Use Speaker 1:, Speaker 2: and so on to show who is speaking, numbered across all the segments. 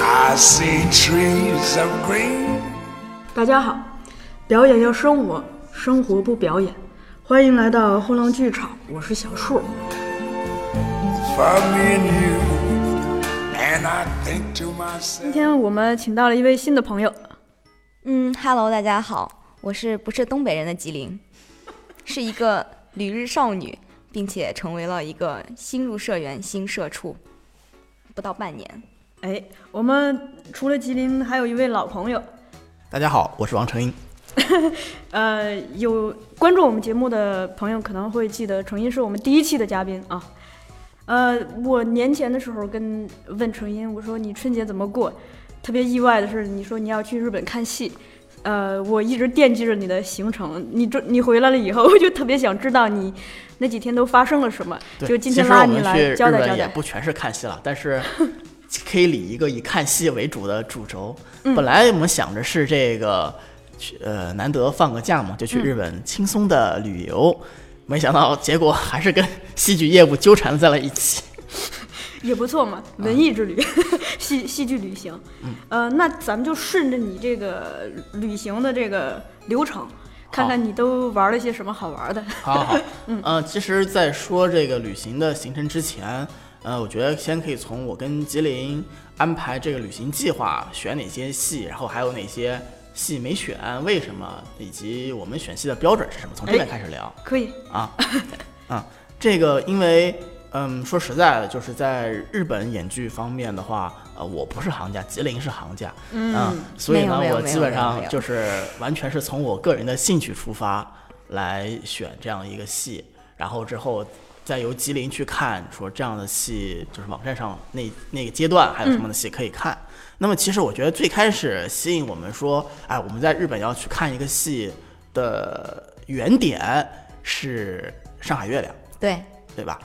Speaker 1: I see trees of green.
Speaker 2: 大家好，表演要生活，生活不表演。欢迎来到后浪剧场，我是小树。
Speaker 1: for me and you. And I think to
Speaker 2: 今
Speaker 1: myself,
Speaker 2: 天我们请到了一位新的朋友，
Speaker 3: 嗯，Hello，大家好，我是不是东北人的吉林，是一个旅日少女，并且成为了一个新入社员、新社畜，不到半年。
Speaker 2: 哎，我们除了吉林，还有一位老朋友，
Speaker 4: 大家好，我是王成英。
Speaker 2: 呃，有关注我们节目的朋友可能会记得，程音是我们第一期的嘉宾啊。呃，我年前的时候跟问程音，我说你春节怎么过？特别意外的是，你说你要去日本看戏，呃，我一直惦记着你的行程。你这你回来了以后，我就特别想知道你那几天都发生了什么。就
Speaker 4: 对，
Speaker 2: 今
Speaker 4: 其
Speaker 2: 天
Speaker 4: 实
Speaker 2: 拉
Speaker 4: 我
Speaker 2: 你
Speaker 4: 们去
Speaker 2: 来
Speaker 4: 日
Speaker 2: 交代交
Speaker 4: 本也
Speaker 2: 代。
Speaker 4: 不全是看戏了，但是可以理一个以看戏为主的主 轴。
Speaker 2: 嗯
Speaker 4: 本来我们想着是这个，去呃，难得放个假嘛，就
Speaker 2: 嗯
Speaker 4: 去日本轻松的旅游。没想到结果还是跟戏剧业务纠缠在了一起。
Speaker 2: 也不错嘛，文艺之旅， 戏戏剧旅行。呃，那咱们就顺着你这个旅行的这个流程，看看你都玩了些什么好玩的。
Speaker 4: 好好好， 嗯、呃，其实，在说这个旅行的行程之前，呃，我觉得先可以从我跟吉林安排这个旅行计划，选哪些戏，然后还有哪些戏没选，为什么，以及我们选戏的标准是什么，从
Speaker 3: 哎
Speaker 4: 这边开始聊、
Speaker 2: 可以，
Speaker 4: 啊。啊，这个因为。嗯，说实在的，就是在日本演剧方面的话，呃，我不是行家，吉林是行家，嗯，所以呢，
Speaker 3: 没有没有
Speaker 4: 我
Speaker 3: 没有
Speaker 4: 基本
Speaker 3: 没有没
Speaker 4: 上
Speaker 3: 有
Speaker 4: 就是完全是从我个人的兴趣出发来选这样一个戏，然后之后再由吉林去看，说这样的戏就是网站上那那个阶段还有什么样的戏可以看。那么其实我觉得最开始吸引我们说，哎，我们在日本要去看一个戏的原点是《上海月亮》，
Speaker 3: 对，
Speaker 4: 对吧？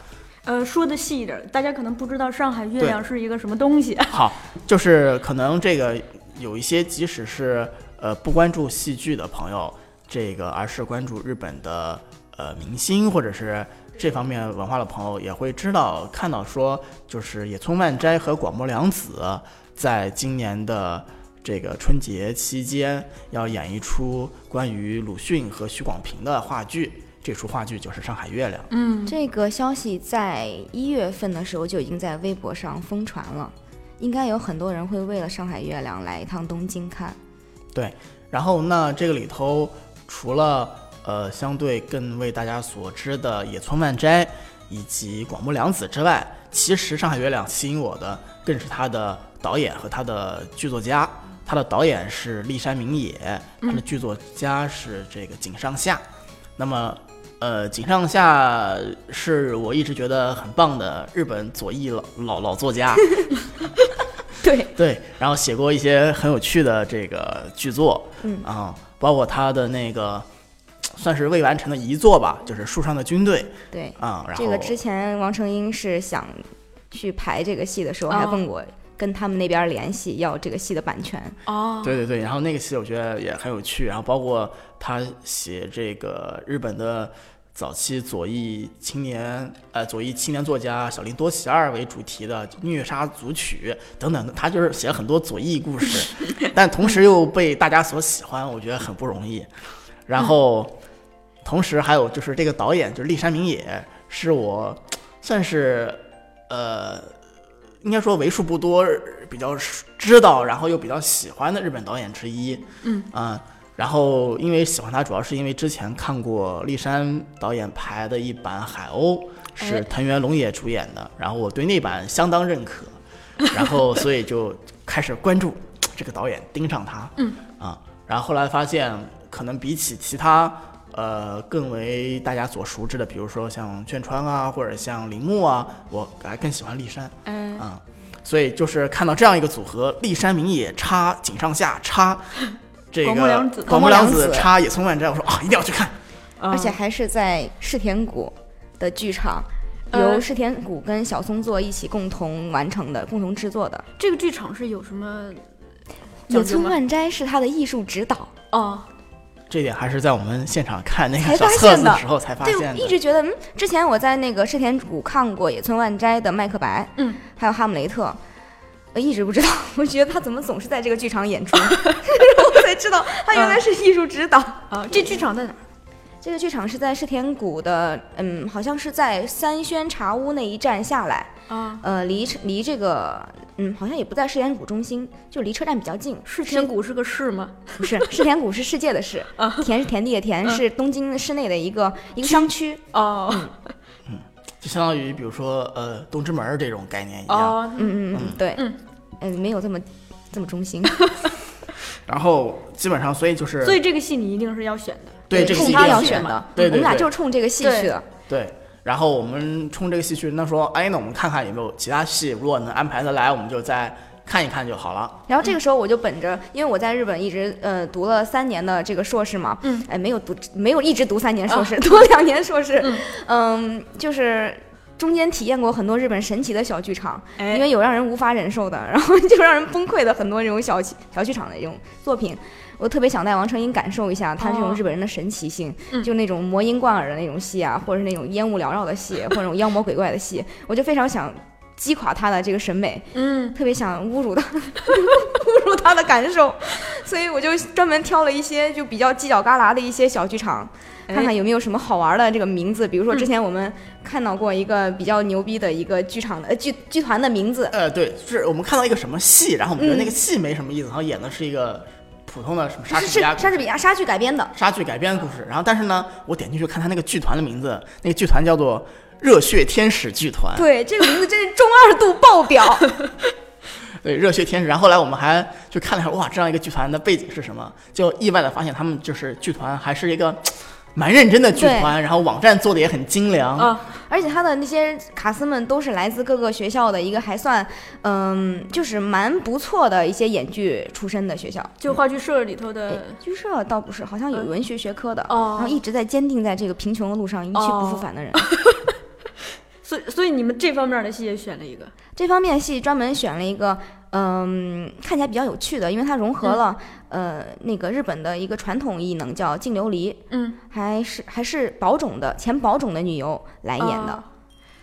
Speaker 2: 呃，说的细一点，大家可能不知道《上海月
Speaker 4: 对
Speaker 2: 亮》是一个什么东西。
Speaker 4: 好，就是可能这个有一些，即使是呃不关注戏剧的朋友，这个而是关注日本的呃明星或者是这方面文化的朋友，也会知道看到说，就是野村万斋和广末凉子在今年的。这个春节期间要演一出关于鲁迅和许广平的话剧，这出话剧就是《上海月亮》。
Speaker 3: 这个消息在一月份的时候就已经在微博上疯传了，应该有很多人会为了《上海月亮》来一趟东京看。
Speaker 4: 对，然后那这个里头除了呃相对更为大家所知的野村万斋以及广木凉子之外，其实上海月亮吸引我的更是他的导演和他的剧作家。他的导演是立山明也，他的剧作家是这个井上夏。那么，呃，井上夏是我一直觉得很棒的日本左翼老老老作家。
Speaker 3: 对，
Speaker 4: 对，然后写过一些很有趣的这个剧作，嗯啊，包括他的那个算是未完成的遗作吧，就是《树上的军队
Speaker 3: 对，》
Speaker 4: 啊，然后
Speaker 3: 这个之前王成英是想去排这个戏的时候，还
Speaker 2: 哦
Speaker 3: 问我跟他们那边联系要这个戏的版权。
Speaker 2: 哦，
Speaker 4: 对对对，然后那个戏我觉得也很有趣，然后包括他写这个日本的早期左翼青年，呃，左翼青年作家小林多喜二为主题的《虐杀组曲》等等，他就是写了很多左翼故事， 但同时又被大家所喜欢，我觉得很不容易。然后，同时还有就是这个导演就是立山明也，是我算是呃应该说为数不多比较知道，然后又比较喜欢的日本导演之一。嗯然后因为喜欢他，主要是因为之前看过立山导演拍的一版《海鸥》，是藤原龙也主演的，然后我对那版相当认可，然后所以就开始关注这个导演，盯上他。嗯啊，然后后来发现，可能比起其他。呃，更为大家所熟知的，比如说像卷川啊，或者像铃木啊，我还更喜欢立山。
Speaker 3: 哎
Speaker 2: 嗯，
Speaker 4: 啊、所以就是看到这样一个组合，立山明也插井上 夏插这个
Speaker 2: 广木凉子
Speaker 4: 木凉
Speaker 3: 广木凉
Speaker 4: 子
Speaker 3: 子
Speaker 4: 插野村万斋，我说啊，一定要去看。
Speaker 2: 啊
Speaker 3: 而且还是在世田谷的剧场，
Speaker 2: 呃
Speaker 3: 由世田谷跟小松作一起共同完成的、共同制作的。
Speaker 2: 这个剧场是有什么
Speaker 3: 野
Speaker 2: 讲究
Speaker 3: 村
Speaker 2: 吗？
Speaker 3: 万斋是他的艺术指导，
Speaker 2: 哦，
Speaker 4: 这点还是在我们现场看那
Speaker 3: 才
Speaker 4: 个小
Speaker 3: 发
Speaker 4: 册
Speaker 3: 现
Speaker 4: 子
Speaker 3: 的
Speaker 4: 的时候才发
Speaker 3: 对，
Speaker 4: 现
Speaker 3: 我
Speaker 4: 的。
Speaker 3: 一直觉得，嗯，之前我在那个世田谷看过野村万斋的《麦克白》，
Speaker 2: 嗯，
Speaker 3: 还有《哈姆雷特》，我一直不知道，我觉得他怎么总是在这个剧场演出， 然后我才知道他原来是艺术指导。
Speaker 2: 啊，这剧场在哪儿？
Speaker 3: 这个剧场是在世田谷的，嗯，好像是在三轩茶屋那一站下来，
Speaker 2: 啊，
Speaker 3: 呃，离离这个，嗯，好像也不在世田谷中心，就离车站比较近。
Speaker 2: 世田谷是个市吗？
Speaker 3: 不是世田谷是世界的市，
Speaker 2: 啊
Speaker 3: 田是田地的田，
Speaker 2: 嗯
Speaker 3: 是东京市内的一个一个商区。
Speaker 2: 哦
Speaker 4: 就相当于比如说呃东直门儿这种概念一样。
Speaker 2: 哦，
Speaker 3: 嗯嗯嗯，对，
Speaker 2: 嗯
Speaker 3: 嗯，没有这么这么中心。
Speaker 4: 然后基本上，所以就是
Speaker 2: 所以这个戏你一定是要选的。
Speaker 4: 对这个
Speaker 3: 冲
Speaker 4: 戏
Speaker 3: 他
Speaker 4: 一定
Speaker 3: 要
Speaker 4: 是
Speaker 3: 选
Speaker 4: 嘛
Speaker 3: 的，
Speaker 4: 对
Speaker 3: 我们
Speaker 4: 对
Speaker 3: 俩
Speaker 4: 对
Speaker 3: 就是冲这个戏
Speaker 2: 对
Speaker 3: 去的。
Speaker 4: 对。然后我们冲这个戏去，那说哎，那我们看看有没有其他戏，如果能安排得来，我们就再看一看就好了。
Speaker 3: 然后这个时候我就本着，因为我在日本一直呃读了三年的这个硕士嘛，
Speaker 2: 嗯，啊
Speaker 3: 哎，没有读，没有一直读三年硕士， 读了两年硕士，嗯，就是中间体验过很多日本神奇的小剧场，
Speaker 2: 哎
Speaker 3: 因为有让人无法忍受的，然后就让人崩溃的很多这种小小剧场的这种作品。我特别想带王成英感受一下他这种
Speaker 2: 哦
Speaker 3: 日本人的神奇性，
Speaker 2: 嗯
Speaker 3: 就那种魔音贯耳的那种戏啊，或者是那种烟雾缭绕的戏，或者那种妖魔鬼怪的戏，我就非常想击垮他的这个审美，
Speaker 2: 嗯，
Speaker 3: 特别想侮辱他， 侮辱他的感受，所以我就专门挑了一些就比较犄角旮旯的一些小剧场，
Speaker 2: 哎
Speaker 3: 看看有没有什么好玩的这个名字。比如说
Speaker 2: 嗯
Speaker 3: 之前我们看到过一个比较牛逼的一个剧场的、呃、剧剧团的名字，
Speaker 4: 呃，对，就是我们看到一个什么戏，然后我们觉得
Speaker 3: 嗯
Speaker 4: 那个戏没什么意思，然后演的是一个普通的什么莎
Speaker 3: 是
Speaker 4: 士比
Speaker 3: 是
Speaker 4: 亚
Speaker 3: 莎士比亚莎剧改编的。
Speaker 4: 莎剧改编的故事。然后，但是呢，我点进去看他那个剧团的名字，那个剧团叫做热血天使剧团。
Speaker 3: 对，这个名字真是中二度爆 表。
Speaker 4: 对，热血天使。然后后来我们还就看了一下，哇，这样一个剧团的背景是什么？就意外的发现他们就是剧团还是一个蛮认真的剧团，然后网站做的也很精良。
Speaker 3: 嗯
Speaker 2: 啊，
Speaker 3: 而且他的那些卡司们都是来自各个学校的一个还算，嗯，就是蛮不错的一些演剧出身的学校。
Speaker 2: 就话剧社里头的
Speaker 3: 剧社倒不是，好像有文学学科的，
Speaker 2: 嗯哦
Speaker 3: 然后一直在坚定在这个贫穷的路上一去不复返的人。
Speaker 2: 所以，所以你们这方面的戏也选了一个，
Speaker 3: 这方面戏专门选了一个，嗯，看起来比较有趣的，因为它融合了、呃那个日本的一个传统艺能叫净琉璃，
Speaker 2: 嗯，
Speaker 3: 还是还是宝冢的前宝冢的女优来演的。
Speaker 2: 啊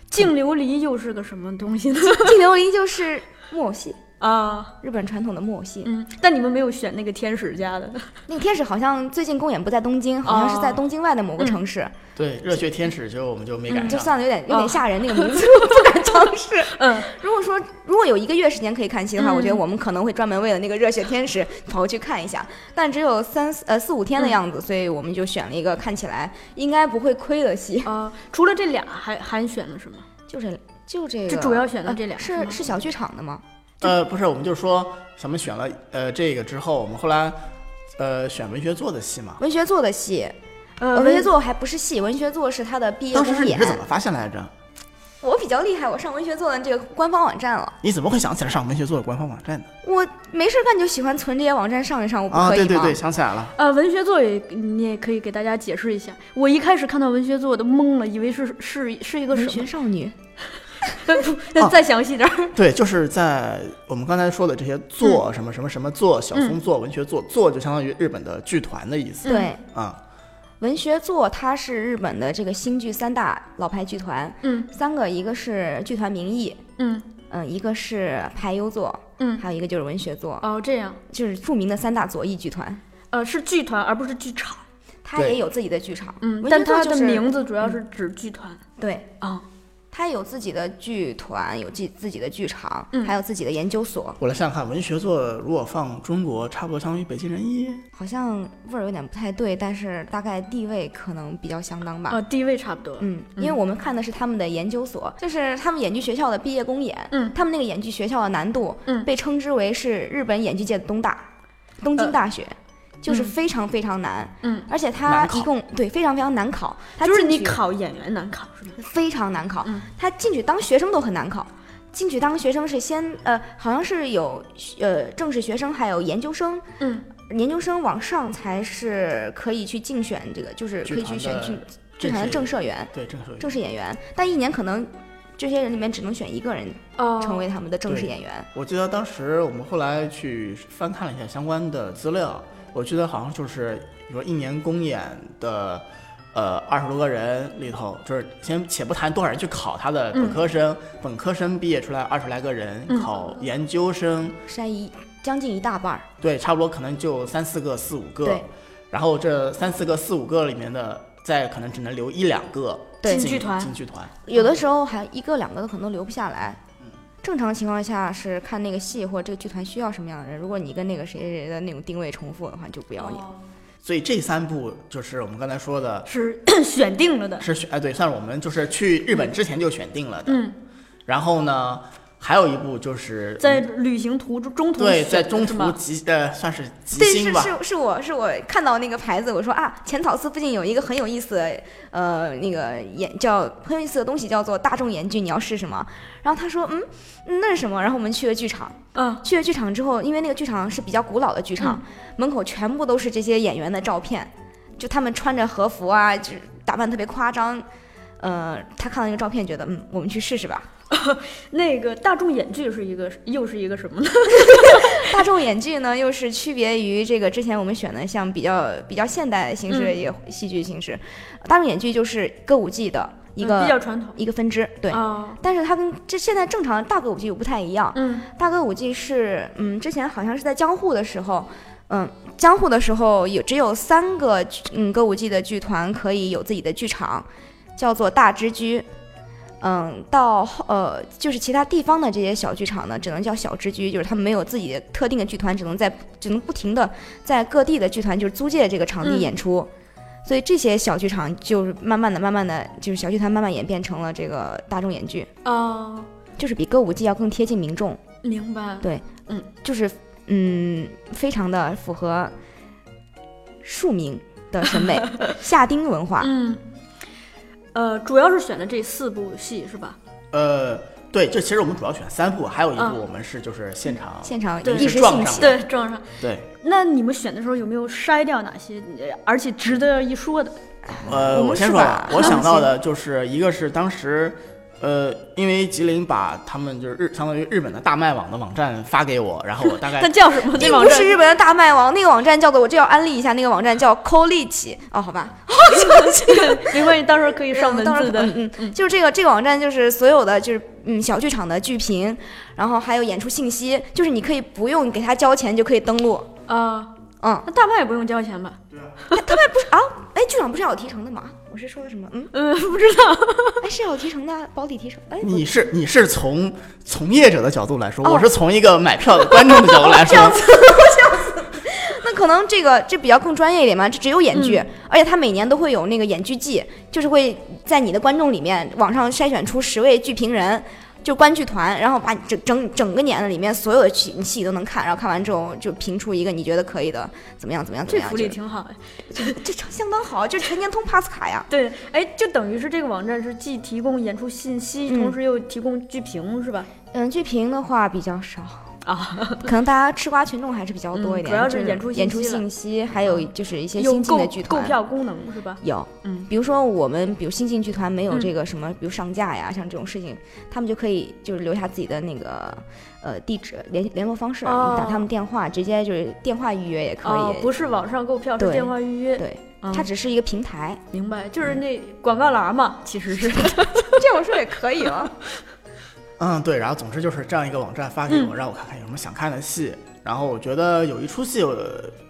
Speaker 2: 净琉璃又是个什么东西呢？
Speaker 3: 净琉璃就是木偶戏，
Speaker 2: 啊，
Speaker 3: 日本传统的木偶戏。
Speaker 2: 嗯，但你们没有选那个天使家的，
Speaker 3: 那个天使好像最近公演不在东京，好像
Speaker 2: 哦
Speaker 3: 是在东京外的某个城市，
Speaker 4: 对，热血天使就我们就没
Speaker 3: 嗯
Speaker 4: 赶
Speaker 3: 就
Speaker 4: 上。
Speaker 3: 算了，有点有
Speaker 2: 哦
Speaker 3: 点吓人、那个名字， 我不敢尝试。
Speaker 2: 嗯，
Speaker 3: 如果说如果有一个月时间可以看戏的话，
Speaker 2: 嗯
Speaker 3: 我觉得我们可能会专门为了那个热血天使跑过去看一下，但只有三四呃四五天的样子，所以我们就选了一个看起来应该不会亏的戏，
Speaker 2: 啊， 除了这俩还还选了什么？
Speaker 3: 就这就这个，
Speaker 2: 就主要选的这俩
Speaker 3: 呃
Speaker 2: 是吗
Speaker 3: 是是小剧场的吗？
Speaker 4: 呃，不是，我们就说咱们选了呃这个之后，我们后来呃选文学做的戏嘛。
Speaker 3: 文学座的戏，
Speaker 2: 呃
Speaker 3: 呃，文学座还不是戏，文学座是他的毕业
Speaker 4: 当时是
Speaker 3: 公
Speaker 4: 你
Speaker 3: 演
Speaker 4: 是。怎么发现来着？
Speaker 3: 我比较厉害，我上文学座的这个官方网站了，
Speaker 4: 你怎么会想起来上文学做的官方网站呢？
Speaker 3: 我没事干就喜欢存这些网站上一上，我不
Speaker 4: 啊，
Speaker 3: 可以吗？
Speaker 4: 对对对，想起来了。
Speaker 2: 呃，文学作也你也可以给大家解释一下。我一开始看到文学作我都懵了，以为是是是一个
Speaker 3: 文
Speaker 2: 什
Speaker 3: 学哦
Speaker 2: 么
Speaker 3: 少女，
Speaker 2: 呃。再详细点 儿，
Speaker 4: 对，就是在我们刚才说的这些
Speaker 3: 嗯
Speaker 4: 做什么什么什么做小松做文学做做，就相当于日本的剧团的意思
Speaker 3: 对，
Speaker 4: 啊。
Speaker 3: 文学座，它是日本的这个新剧三大老牌剧团，
Speaker 2: 嗯，
Speaker 3: 三个，一个是剧团名义，
Speaker 2: 嗯
Speaker 3: 嗯，一个是排优座，
Speaker 2: 嗯，
Speaker 3: 还有一个就是文学座，
Speaker 2: 哦，这样，
Speaker 3: 就是著名的三大左翼剧团，
Speaker 2: 呃，是剧团而不是剧场，
Speaker 3: 它
Speaker 4: 对
Speaker 3: 也有自己的剧场，
Speaker 2: 嗯，
Speaker 3: 文
Speaker 2: 但
Speaker 3: 学
Speaker 2: 它
Speaker 3: 座
Speaker 2: 的
Speaker 3: 就是嗯哦
Speaker 2: 名字主要是指剧团
Speaker 3: 对，
Speaker 2: 啊，
Speaker 3: 它有自己的剧团，有自己自己的剧场，
Speaker 2: 嗯
Speaker 3: 还有自己的研究所，
Speaker 4: 我来想想看，文学做如果放中国，差不多相当于北京人艺。
Speaker 3: 好像味儿有点不太对，但是大概地位可能比较相当吧。
Speaker 2: 呃，地位差不多，
Speaker 3: 嗯，因为我们看的是他们的研究所，就是他们演剧学校的毕业公演。
Speaker 2: 嗯
Speaker 3: 他们那个演剧学校的难度，
Speaker 2: 嗯
Speaker 3: 被称之为是日本演剧界的东大，东京大学，就是非常非常难。
Speaker 2: 呃嗯，
Speaker 3: 而且它
Speaker 4: 难考
Speaker 3: 一共对非常非常难考，它
Speaker 2: 就是
Speaker 3: 进
Speaker 2: 你
Speaker 3: 去
Speaker 2: 考演员难考是吗？
Speaker 3: 非常难考
Speaker 2: 嗯，
Speaker 3: 他进去当学生都很难考。进去当学生是先呃，好像是有呃正式学生，还有研究生，
Speaker 2: 嗯，
Speaker 3: 研究生往上才是可以去竞选这个，就是可以去选去剧团的正社员。
Speaker 4: 对正社
Speaker 3: 正式演员，但一年可能这些人里面只能选一个人
Speaker 2: 哦，
Speaker 3: 成为他们的正式
Speaker 4: 对
Speaker 3: 演员。
Speaker 4: 我记得当时我们后来去翻看了一下相关的资料，我记得好像就是比如说一年公演的。呃二十多个人里头，就是先且不谈多少人去考他的
Speaker 3: 嗯
Speaker 4: 本科生，本科生毕业出来二十来个人，考研究生
Speaker 3: 筛一将近一大半儿，
Speaker 4: 对，差不多可能就三四个、四五个
Speaker 3: 对，
Speaker 4: 然后这三四个、四五个里面的，再可能只能留一两个
Speaker 3: 对
Speaker 4: 进
Speaker 2: 进剧团
Speaker 4: 进剧团，
Speaker 3: 有的时候还一个两个的可能都留不下来。
Speaker 4: 嗯
Speaker 3: 正常情况下是看那个戏或者这个剧团需要什么样的人，如果你跟那个谁谁谁的那种定位重复的话，就不要你。
Speaker 4: 所以这三部就是我们刚才说的，
Speaker 2: 是 选定了的。
Speaker 4: 是选哎对，算是我们就是去日本之前就选定了的。嗯，然后呢，还有一部就是
Speaker 2: 在旅行途中中途
Speaker 4: 对
Speaker 2: 选
Speaker 4: 在
Speaker 2: 的
Speaker 4: 中
Speaker 2: 是
Speaker 4: 途
Speaker 2: 吗
Speaker 4: 急呃算是急
Speaker 3: 对，
Speaker 4: 星
Speaker 3: 是
Speaker 4: 吧，
Speaker 3: 是是我是我看到那个牌子，我说啊，浅草寺附近有一个很有意思，呃，那个研叫很有意思的东西叫做大众研剧，你要试试吗？然后他说，嗯，嗯那是什么？然后我们去了剧场，
Speaker 2: 嗯，
Speaker 3: 去了剧场之后，因为那个剧场是比较古老的剧场，门口全部都是这些演员的照片，就他们穿着和服啊，就是打扮特别夸张。呃，他看到那个照片，觉得嗯，我们去试试吧。
Speaker 2: 那个大众演剧是一个又是一个什么呢？
Speaker 3: 大众演剧呢，又是区别于这个之前我们选的像比较比较现代形
Speaker 2: 嗯
Speaker 3: 式的一个戏剧形式，大众演剧就是歌舞伎的一个、
Speaker 2: 嗯 比较传统
Speaker 3: 一个分支，对。
Speaker 2: 啊，
Speaker 3: 但是它跟这现在正常的大歌舞剧又不太一样，
Speaker 2: 嗯
Speaker 3: 大歌舞伎是，嗯，之前好像是在江户的时候，嗯，江户的时候有只有三个剧，嗯，歌舞伎的剧团可以有自己的剧场，叫做大之居。嗯，到后呃，就是其他地方的这些小剧场呢，只能叫小之居，就是他们没有自己的特定的剧团，只能在只能不停的在各地的剧团就是租借这个场地
Speaker 2: 嗯
Speaker 3: 演出。所以这些小剧场就是慢慢的、慢慢的，就是小剧团慢慢演变成了这个大众演剧，
Speaker 2: 啊，
Speaker 3: 就是比歌舞伎要更贴近民众。
Speaker 2: 明白。
Speaker 3: 就是嗯，非常的符合庶民的审 美，夏丁文化。
Speaker 2: 嗯，呃，主要是选的这四部戏是吧？
Speaker 4: 呃对，这其实我们主要选三部，还有一
Speaker 2: 嗯
Speaker 4: 部我们是就是现场、
Speaker 3: 现场
Speaker 2: 对
Speaker 3: 一时
Speaker 4: 是撞
Speaker 3: 兴
Speaker 4: 上
Speaker 3: 起，
Speaker 4: 的
Speaker 2: 对，撞上。
Speaker 4: 对
Speaker 2: 那你们选的时候有没有筛掉哪些，呃而且值得一说的？
Speaker 4: 呃
Speaker 3: 我们
Speaker 4: 我先
Speaker 3: 是
Speaker 4: 说
Speaker 3: 把
Speaker 4: 吧，我 想到的就是一个是当时。呃，因为吉林把他们就是日相当于日本的大麦网的网站发给我，然后我大概
Speaker 2: 那叫什么？那
Speaker 3: 那
Speaker 2: 网
Speaker 3: 哎不
Speaker 2: 站
Speaker 3: 是日本的大麦网，那个网站叫做我这要安利一下，那个网站叫 c o l i c h 哦，好吧，
Speaker 2: 没关系，到时候可以上文
Speaker 3: 到时候
Speaker 2: 字的。
Speaker 3: 嗯嗯嗯，就是这个这个网站就是所有的就是嗯小剧场的剧评，然后还有演出信息，就是你可以不用给他交钱就可以登录。
Speaker 2: 啊，
Speaker 3: 嗯，
Speaker 2: 那大麦也不用交钱吧？
Speaker 3: 不是啊，哎，剧场不是要有提成的吗？我是说的什么？嗯，
Speaker 2: 嗯，不知道。
Speaker 3: 哎，是要有提成的，保底提成。哎，
Speaker 4: 你是你是从从业者的角度来说，
Speaker 3: 哦
Speaker 4: 我是从一个买票的观众的角 度来说，
Speaker 3: 那可能这个这比较更专业一点嘛，这只有演剧，而且它每年都会有那个演剧季，就是会在你的观众里面网上筛选出十位剧评人，就观剧团，然后把你整整整个年的里面所有的戏你戏都能看，然后看完之后就评出一个你觉得可以的，怎么样怎么样怎
Speaker 2: 这
Speaker 3: 么样，
Speaker 2: 福利
Speaker 3: 就
Speaker 2: 挺好。
Speaker 3: 这这相当好，就是全年通 pass 卡呀。
Speaker 2: 对，哎，就等于是这个网站是既提供演出信息，
Speaker 3: 嗯
Speaker 2: 同时又提供剧评，是吧？
Speaker 3: 嗯，剧评的话比较少。
Speaker 2: 啊，
Speaker 3: 可能大家吃瓜群众还是比较多一
Speaker 2: 嗯主
Speaker 3: 点，
Speaker 2: 要是
Speaker 3: 就是
Speaker 2: 演出信息
Speaker 3: 演出
Speaker 2: 了
Speaker 3: 信息，还有就是一些
Speaker 2: 有
Speaker 3: 新进
Speaker 2: 购
Speaker 3: 的剧
Speaker 2: 购
Speaker 3: 团，
Speaker 2: 票功能是吧？
Speaker 3: 有，
Speaker 2: 嗯，
Speaker 3: 比如说我们比如新进剧团没有
Speaker 2: 嗯
Speaker 3: 这个什么，比如上架呀，像这种事情，他们就可以就是留下自己的那个呃地址联联络方式，
Speaker 2: 哦
Speaker 3: 你打他们电话，直接就是电话预约也可
Speaker 2: 啊，
Speaker 3: 以。
Speaker 2: 不是网上购票，是
Speaker 3: 对
Speaker 2: 电话预约。
Speaker 3: 对，
Speaker 2: 嗯
Speaker 3: 它只哦是一个平台，
Speaker 2: 明白，就是那广告栏嘛，其实是。
Speaker 3: 这样说也可以啊。
Speaker 4: 嗯，对，然后总之就是这样一个网站发给
Speaker 2: 嗯
Speaker 4: 我，让我看看有什么想看的戏。然后我觉得有一出戏我，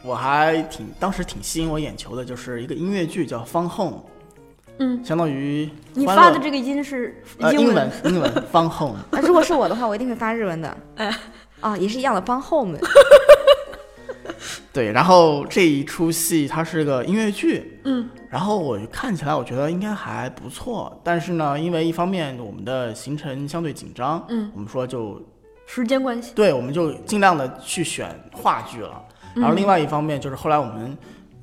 Speaker 4: 我还挺当时挺吸引我眼球的，就是一个音乐剧叫《方 Home》，
Speaker 2: 嗯，
Speaker 4: 相当于
Speaker 2: 你
Speaker 4: 欢
Speaker 2: 发
Speaker 4: 乐
Speaker 2: 的这个音是
Speaker 4: 呃英
Speaker 2: 文
Speaker 4: 文英文《方 Home》，
Speaker 3: 那 如果是我的话，我一定会发日文 的。啊，也是一样的，帮后 们。
Speaker 4: 对。然后这一出戏它是个音乐剧，
Speaker 2: 嗯，
Speaker 4: 然后我看起来我觉得应该还不错，但是呢，因为一方面我们的行程相对紧张，
Speaker 2: 嗯，
Speaker 4: 我们说就
Speaker 2: 时间关系。
Speaker 4: 对，我们就尽量的去选话剧了。
Speaker 2: 嗯
Speaker 4: 然后另外一方面就是后来我们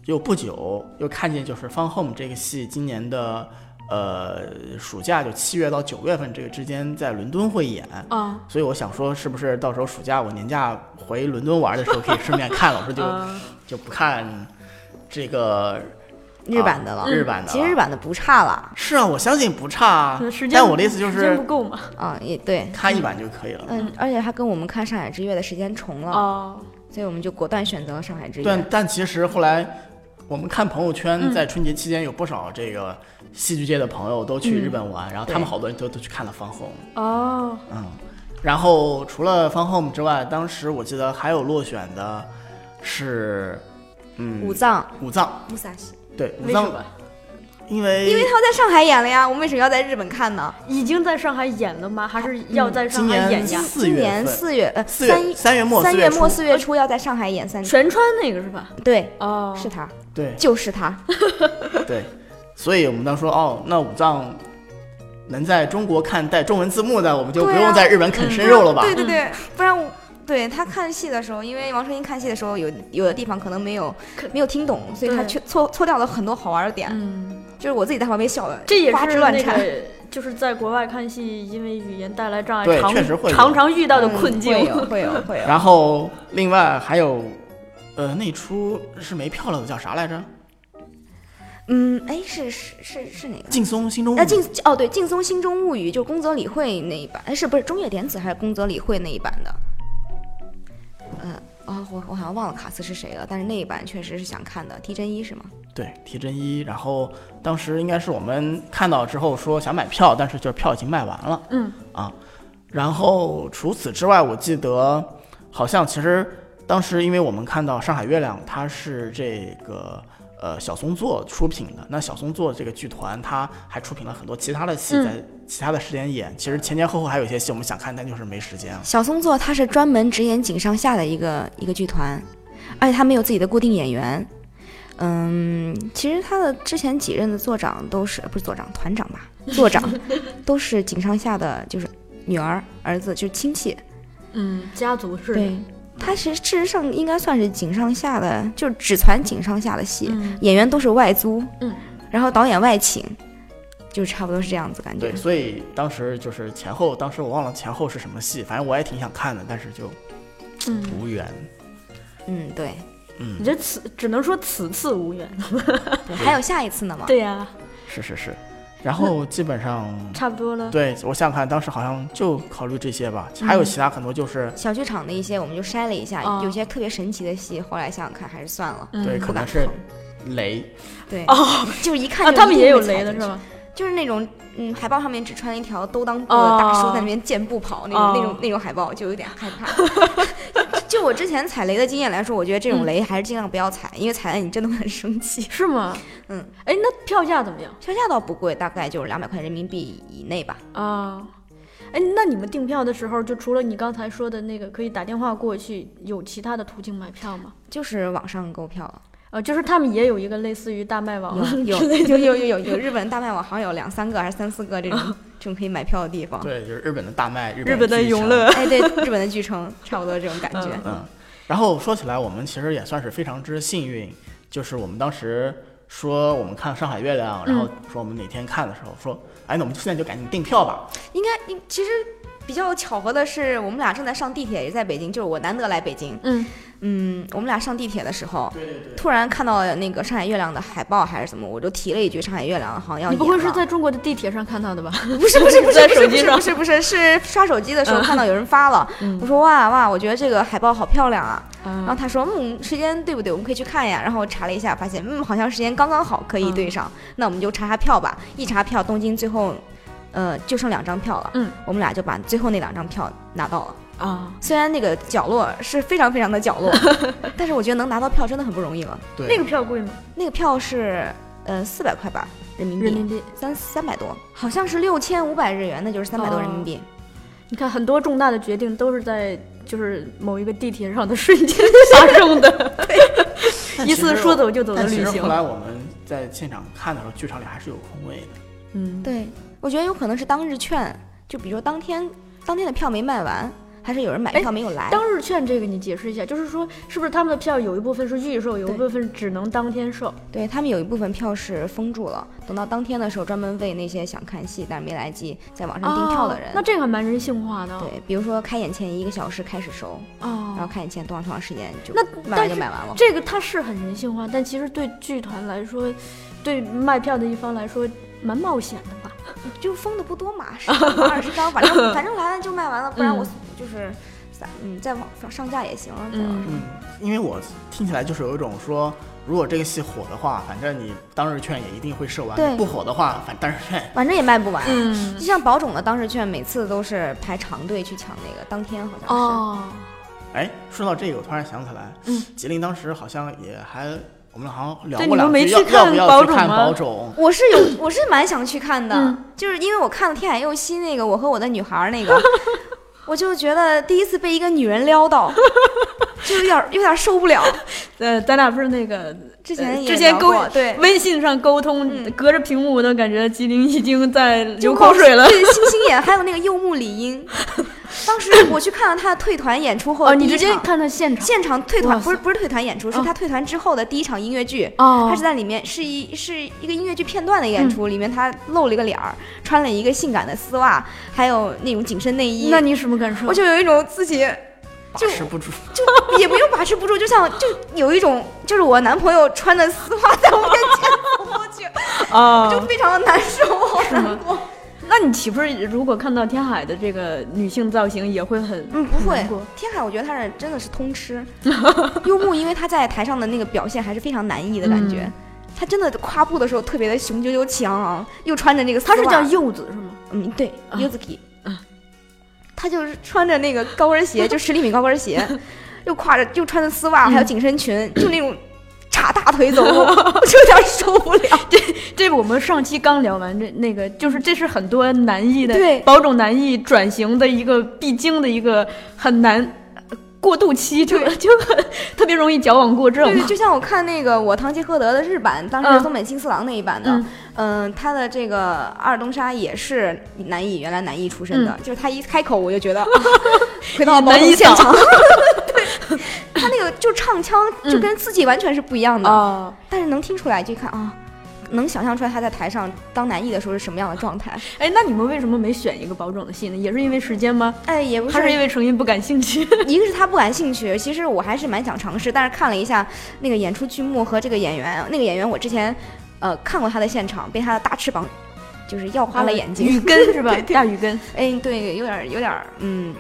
Speaker 4: 又不久又看见就是《Fun Home》这个戏今年的呃暑假就七月到九月份这个之间在伦敦会演。
Speaker 2: 啊
Speaker 4: 所以我想说，是不是到时候暑假我年假回伦敦玩的时候可以顺便看了？我说就、
Speaker 2: 啊
Speaker 4: 就不看这个
Speaker 3: 哦日版的了
Speaker 4: 啊，日版的了
Speaker 3: 其实日版的不差了
Speaker 4: 是啊，我相信不差啊
Speaker 2: 可能时。间
Speaker 4: 但我的意思就
Speaker 2: 时间
Speaker 4: 是
Speaker 2: 不够嘛。
Speaker 3: 啊，也对，
Speaker 4: 看一版就可以了。
Speaker 3: 嗯，哦而且它跟我们看上海之月的时间重了，
Speaker 2: 啊，
Speaker 3: 所以我们就果断选择了上海之月。
Speaker 4: 但但其实后来我们看朋友圈，
Speaker 2: 嗯
Speaker 4: 在春节期间有不少这个戏剧界的朋友都去日本
Speaker 2: 嗯
Speaker 4: 玩，然后他们好多人都都去看了方 home，
Speaker 2: 哦，
Speaker 4: 嗯，然后除了方 home 之外，当时我记得还有落选的是，嗯，
Speaker 3: 武藏
Speaker 4: 武藏，
Speaker 3: 木萨西，
Speaker 4: 对武
Speaker 2: 为什
Speaker 4: 藏
Speaker 2: 么，
Speaker 4: 因为
Speaker 3: 因为他们在上海演了呀，我们为什么要在日本看呢？
Speaker 2: 已经在上海演了吗？还是
Speaker 3: 嗯
Speaker 2: 要在上
Speaker 4: 今
Speaker 2: 海
Speaker 4: 年
Speaker 2: 演呀？
Speaker 4: 四
Speaker 3: 今
Speaker 4: 月
Speaker 3: 年
Speaker 4: 份
Speaker 3: 四月呃
Speaker 4: 四月
Speaker 3: 三
Speaker 4: 三月末
Speaker 3: 三
Speaker 4: 四
Speaker 3: 月
Speaker 4: 月
Speaker 3: 末
Speaker 4: 初
Speaker 3: 四月初要在上海演三
Speaker 2: 全川那个是吧？
Speaker 3: 对，
Speaker 2: 哦，
Speaker 3: 是他，
Speaker 4: 对
Speaker 3: 就是他，
Speaker 4: 对，所以我们当时说哦，那武藏能在中国看带中文字幕的，我们就不
Speaker 3: 对啊
Speaker 4: 用在日本啃生肉了吧？
Speaker 3: 对对对，不然我对他看戏的时候，因为王春英看戏的时候有有的地方可能没有
Speaker 2: 可
Speaker 3: 没有听懂，所以他
Speaker 2: 对
Speaker 3: 却错错掉了很多好玩的点，
Speaker 2: 嗯，
Speaker 3: 就是我自己在旁边笑的，
Speaker 2: 这也
Speaker 3: 花
Speaker 2: 是
Speaker 3: 枝
Speaker 2: 那
Speaker 3: 乱颤。
Speaker 2: 个就是在国外看戏，因为语言带来障碍，
Speaker 4: 对
Speaker 2: 常
Speaker 4: 确实会有
Speaker 2: 常常遇到的
Speaker 3: 嗯
Speaker 2: 困境。
Speaker 3: 会 有会有会有，
Speaker 4: 然后另外还有，呃，那出是没票了的叫啥来着？
Speaker 3: 嗯，哎，是是是是哪个？
Speaker 4: 啊劲松心中物
Speaker 3: 那静哦对，《劲松心中物语》就是宫泽理惠那一版，哎，是不是中野典子还是宫泽理惠那一版的？嗯、呃，哦，我我好像忘了卡斯是谁了，但是那一版确实是想看的。提真一是吗？
Speaker 4: 对提真一，然后当时应该是我们看到之后说想买票，但是就是票已经卖完了。
Speaker 2: 嗯
Speaker 4: 啊，然后除此之外，我记得好像其实当时因为我们看到《上海月亮》，它是这个呃小松作出品的，那小松作这个剧团它还出品了很多其他的戏，
Speaker 2: 嗯
Speaker 4: 在其他的时间演。其实前前后后还有一些戏我们想看，但就是没时间了。
Speaker 3: 小松作他是专门只演井上夏的一个一个剧团，而且他没有自己的固定演员。嗯，其实他的之前几任的座长都是不是座长团长吧，座长都是井上夏的，就是女儿、儿子，就是亲戚。
Speaker 2: 嗯，家族式
Speaker 3: 对，他其实事实上应该算是井上夏的，就是只传井上夏的戏，
Speaker 2: 嗯
Speaker 3: 演员都是外租，
Speaker 2: 嗯，
Speaker 3: 然后导演外请，就是差不多是这样子感觉
Speaker 4: 对，。所以当时就是前后，当时我忘了前后是什么戏，反正我也挺想看的，但是就
Speaker 2: 嗯，
Speaker 4: 无缘。
Speaker 3: 嗯，对，
Speaker 4: 嗯
Speaker 2: 你，这此只能说此次无缘。
Speaker 3: 对还有下一次呢嘛？
Speaker 2: 对呀、
Speaker 4: 是是是。然后基本上，
Speaker 2: 差不多了。
Speaker 4: 对我想想看，当时好像就考虑这些吧，还有
Speaker 2: 嗯
Speaker 4: 其他很多就是
Speaker 3: 小剧场的一些我们就筛了一下，
Speaker 2: 哦嗯
Speaker 3: 有些特别神奇的戏，后来想想看还是算了。
Speaker 4: 对，可能是雷，
Speaker 3: 对，
Speaker 2: 哦
Speaker 3: 就是 一看
Speaker 2: 啊，
Speaker 3: 就
Speaker 2: 他们
Speaker 3: 一
Speaker 2: 也
Speaker 3: 定
Speaker 2: 有
Speaker 3: 会
Speaker 2: 雷
Speaker 3: 踩
Speaker 2: 的
Speaker 3: 进
Speaker 2: 是
Speaker 3: 去
Speaker 2: 吧？？
Speaker 3: 就是那种嗯，海报上面只穿一条兜裆布的大叔在那边健步跑那种、那种
Speaker 2: 哦
Speaker 3: 那种海报，就有点害怕。 就我之前踩雷的经验来说，我觉得这种雷还是尽量不要踩，因为踩了你真的会很生气。
Speaker 2: 是吗？
Speaker 3: 嗯，
Speaker 2: 哎，那票价怎么样
Speaker 3: 票价倒不贵，大概就是两百块人民币以内吧。
Speaker 2: 啊？哎，那你们订票的时候，就除了你刚才说的那个可以打电话过去，有其他的途径买票吗？
Speaker 3: 就是网上购票了，
Speaker 2: 呃，就是他们也有一个类似于大麦网
Speaker 3: 有有
Speaker 2: 哦之类的
Speaker 3: 有有有有有日本大麦网好像有两三个还是三四个这种
Speaker 2: 哦
Speaker 3: 这种可以买票的地方。
Speaker 4: 对，就是日本的大麦，日
Speaker 2: 日本的
Speaker 4: 巨城
Speaker 2: 永乐。
Speaker 3: 哎，对，日本的巨城差不多这种感觉。
Speaker 2: 哦
Speaker 4: 嗯，然后说起来，我们其实也算是非常之幸运，就是我们当时说我们看《上海月亮》，然后
Speaker 2: 嗯
Speaker 4: 说我们哪天看的时候说，哎，那我们现在就赶紧订票吧。
Speaker 3: 应该，应其实比较巧合的是，我们俩正在上地铁，也在北京，就是我难得来北京。
Speaker 2: 嗯
Speaker 3: 嗯，我们俩上地铁的时候，
Speaker 4: 对对对。
Speaker 3: 突然看到那个上海月亮的海报还是怎么，我就提了一句上海月亮好像要
Speaker 2: 你不会
Speaker 3: 演
Speaker 2: 是
Speaker 3: 了
Speaker 2: 在中国的地铁上看到的吧？
Speaker 3: 不是不是不是
Speaker 2: 在
Speaker 3: 不是
Speaker 2: 手
Speaker 3: 不
Speaker 2: 机
Speaker 3: 是
Speaker 2: 上
Speaker 3: 不是不是是刷手机的时
Speaker 2: 嗯
Speaker 3: 候看到有人发了，
Speaker 2: 嗯
Speaker 3: 我说哇哇，我觉得这个海报好漂亮啊。然后
Speaker 2: 啊，
Speaker 3: 他说嗯，时间对不对？我们可以去看呀。然后我查了一下，发现嗯，好像时间刚刚好可以对上，
Speaker 2: 嗯
Speaker 3: 那我们就查查票吧。一查票，东京最后。呃，就剩两张票了，
Speaker 2: 嗯，
Speaker 3: 我们俩就把最后那两张票拿到了。
Speaker 2: 啊，
Speaker 3: 虽然那个角落是非常非常的角 落，但是我觉得能拿到票真的很不容易了。
Speaker 4: 对
Speaker 2: 那个票贵吗？
Speaker 3: 那个票是呃四百块吧，人民
Speaker 2: 人
Speaker 3: 币
Speaker 2: 民币。
Speaker 3: 三三百多，好像是六千五百日元，那就是三百多人民币。
Speaker 2: 哦你看，很多重大的决定都是在就是某一个地铁上的瞬间发生 的，
Speaker 4: 但
Speaker 2: 一
Speaker 4: 其实
Speaker 2: 次说
Speaker 4: 我
Speaker 2: 走就走的
Speaker 4: 但其
Speaker 2: 旅
Speaker 4: 实后
Speaker 2: 行。
Speaker 4: 来我们在现场看的时候，剧场里还是有空位的。
Speaker 2: 嗯，
Speaker 3: 对，我觉得有可能是当日券，就比如说当天当天的票没卖完，还是有人买
Speaker 2: 哎
Speaker 3: 票没有来。
Speaker 2: 当日券这个你解释一下，就是说是不是他们的票有一部分是预售，有一部
Speaker 3: 对
Speaker 2: 分只能当天售？
Speaker 3: 对他们有一部分票是封住了，等到当天的时候专门为那些想看戏但是没来及在网上订票的人。
Speaker 2: 哦那这个还蛮人性化的。
Speaker 3: 对，比如说开演前一个小时开始收，然后
Speaker 2: 哦，
Speaker 3: 开演前多长多长时间就
Speaker 2: 那
Speaker 3: 卖
Speaker 2: 但
Speaker 3: 完就是买完了。
Speaker 2: 这个它是很人性化，但其实对剧团来说，对卖票的一方来说，蛮冒险的吧？
Speaker 3: 就封的不多嘛，十张二十张，反 正反正来了就卖完了，不然我
Speaker 2: 嗯
Speaker 3: 就是散，嗯，在网上上架也行，在
Speaker 2: 嗯
Speaker 3: 网上
Speaker 4: 嗯，因为我听起来就是有一种说如果这个戏火的话，反正你当日券也一定会售完；
Speaker 3: 对
Speaker 4: 你不火的话，反当日券
Speaker 3: 反正也卖不完。
Speaker 5: 嗯，
Speaker 3: 就像宝种的当时券，每次都是排长队去抢那个，当天好像是。
Speaker 5: 哦，
Speaker 4: 哎，说到这个，我突然想起来，
Speaker 3: 嗯
Speaker 4: 吉林当时好像也还，我们好像聊
Speaker 2: 对
Speaker 4: 过
Speaker 2: 你们
Speaker 4: 两
Speaker 2: 没
Speaker 4: 句，
Speaker 2: 去
Speaker 4: 要要不
Speaker 2: 看
Speaker 4: 要
Speaker 2: 宝
Speaker 4: 去
Speaker 2: 冢
Speaker 4: 看
Speaker 2: 吗
Speaker 4: 宝冢？
Speaker 3: 我是有，我是蛮想去看的，
Speaker 2: 嗯
Speaker 3: 就是因为我看了天海佑希那个《我和我的女孩》那 个，我就觉得第一次被一个女人撩到， 就有点儿有点儿受不了。
Speaker 2: 呃，咱俩不是那个
Speaker 3: 之
Speaker 2: 呃
Speaker 3: 前也
Speaker 2: 之前
Speaker 3: 聊
Speaker 2: 沟
Speaker 3: 过对
Speaker 2: 微信上沟通，
Speaker 3: 嗯
Speaker 2: 隔着屏幕我都感觉吉林已经在
Speaker 3: 就
Speaker 2: 流口
Speaker 3: 光
Speaker 2: 水了。
Speaker 3: 对，星星眼还有那个柚木理 音，当时我去看了他的退团演出后
Speaker 2: 哦，
Speaker 3: 的第
Speaker 2: 你
Speaker 3: 一场，
Speaker 2: 直接看他现场
Speaker 3: 现场退团，
Speaker 2: 哇
Speaker 3: 不是不是退团演出，是
Speaker 2: 哦
Speaker 3: 他退团之后的第一场音乐剧。
Speaker 2: 哦嗯
Speaker 3: 他是在里面是一是一个音乐剧片段的演出，里面他露了一个脸儿，穿了一个性感的丝袜，还有那种紧身内衣。
Speaker 2: 那你什么感受？
Speaker 3: 我就有一种自己
Speaker 4: 把
Speaker 3: 就
Speaker 4: 持 不住，
Speaker 3: 就也不用把持不住，就像就有一种就是我男朋友穿的丝袜在我面前走过去，
Speaker 2: 啊，
Speaker 3: 就非常的难受，好
Speaker 2: 是
Speaker 3: 难
Speaker 2: 吗
Speaker 3: 过。
Speaker 2: 那你岂不是如果看到天海的这个女性造型也会很
Speaker 3: 嗯，不会
Speaker 2: 难过。
Speaker 3: 天海，我觉得他是真的是通吃。 幽木，因为他在台上的那个表现还是非常难以的感觉。
Speaker 2: 嗯
Speaker 3: 他真的跨步的时候特别的雄赳赳气昂昂，又穿着那个丝
Speaker 2: 她
Speaker 3: 袜，
Speaker 2: 是叫啊柚子是吗？
Speaker 3: 嗯对 y u z u k i 他就是穿着那个高 跟鞋，就十厘米高跟鞋，又挎着又穿着丝袜，还有
Speaker 2: 嗯
Speaker 3: 紧身裙，就那种 叉大腿 走路，我就有点受不了。
Speaker 2: 这个我们上期刚聊完，这那个就是这是很多男艺的
Speaker 3: 对
Speaker 2: 保种男艺转型的一个必经的一个很难呃过渡期，就 就很特别容易矫枉过正。啊
Speaker 3: 对，就像我看那个《我堂吉诃德》的日版，当时
Speaker 2: 嗯
Speaker 3: 松本清四郎那一版的，
Speaker 2: 嗯
Speaker 3: 嗯、他的这个二东沙也是男艺，原来男艺出身的，
Speaker 2: 嗯
Speaker 3: 就是他一开口我就觉 得，啊回到了
Speaker 2: 男
Speaker 3: 男艺
Speaker 2: 一
Speaker 3: 现
Speaker 2: 党
Speaker 3: 场， 对，他那个就唱腔就跟自己完全是不一样的，
Speaker 2: 嗯哦，
Speaker 3: 但是能听出来，就一看啊。能想象出来他在台上当男艺的时候是什么样的状态？
Speaker 2: 哎，那你们为什么没选一个保种的戏呢？也是因为时间吗？
Speaker 3: 哎，也不
Speaker 2: 还是
Speaker 3: 是
Speaker 2: 因为成因不感兴 趣？
Speaker 3: 一个是他不感兴趣，其实我还是蛮想尝试，但是看了一下那个演出剧目和这个演员，那个演员我之前呃看过他的现场，被他的大翅膀就是耀花了眼
Speaker 2: 雨
Speaker 3: 睛。
Speaker 2: 根是吧？大雨根。
Speaker 3: 哎，对，有点儿有点儿嗯，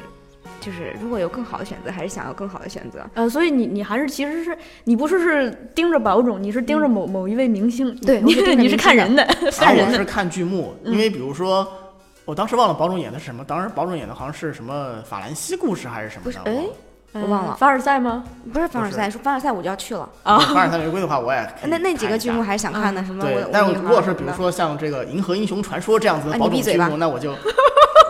Speaker 3: 就是如果有更好的选择，还是想要更好的选择。
Speaker 2: 呃，所以你你还是其实是你不是是盯着保种，你是盯着某、某一位明星，
Speaker 3: 对我
Speaker 2: 你
Speaker 3: 是盯着
Speaker 2: 你
Speaker 3: 明
Speaker 2: 嗯是
Speaker 3: 星
Speaker 2: 看
Speaker 3: 的嗯
Speaker 2: 人 的，嗯看
Speaker 4: 然后
Speaker 2: 人
Speaker 4: 啊我
Speaker 2: 的。
Speaker 4: 是看剧目，因为比如说，我当时忘了宝冢演的是什么，当时宝冢演的好像是什么法兰西故事还是什么
Speaker 3: 不是
Speaker 4: 的，
Speaker 3: 哎我忘了
Speaker 2: 凡尔赛吗？
Speaker 3: 不是凡尔
Speaker 4: 不是
Speaker 3: 赛，说凡尔赛我就要去了。嗯
Speaker 4: 我凡尔赛玫瑰的话我也可以
Speaker 3: 啊呃那那几
Speaker 4: 看
Speaker 3: 个
Speaker 4: 一
Speaker 3: 剧
Speaker 4: 下
Speaker 3: 目还是想看的，什么我
Speaker 4: 对
Speaker 3: 的，
Speaker 4: 但
Speaker 3: 我的
Speaker 4: 如
Speaker 3: 女
Speaker 4: 果
Speaker 3: 孩
Speaker 4: 是
Speaker 3: 儿
Speaker 4: 比
Speaker 3: 什么
Speaker 4: 如
Speaker 3: 的
Speaker 4: 说像这个《银河英雄传说》这样子
Speaker 3: 啊
Speaker 4: 的
Speaker 3: 你
Speaker 4: 宝冢
Speaker 3: 闭嘴
Speaker 4: 剧
Speaker 3: 吧
Speaker 4: 目，那我就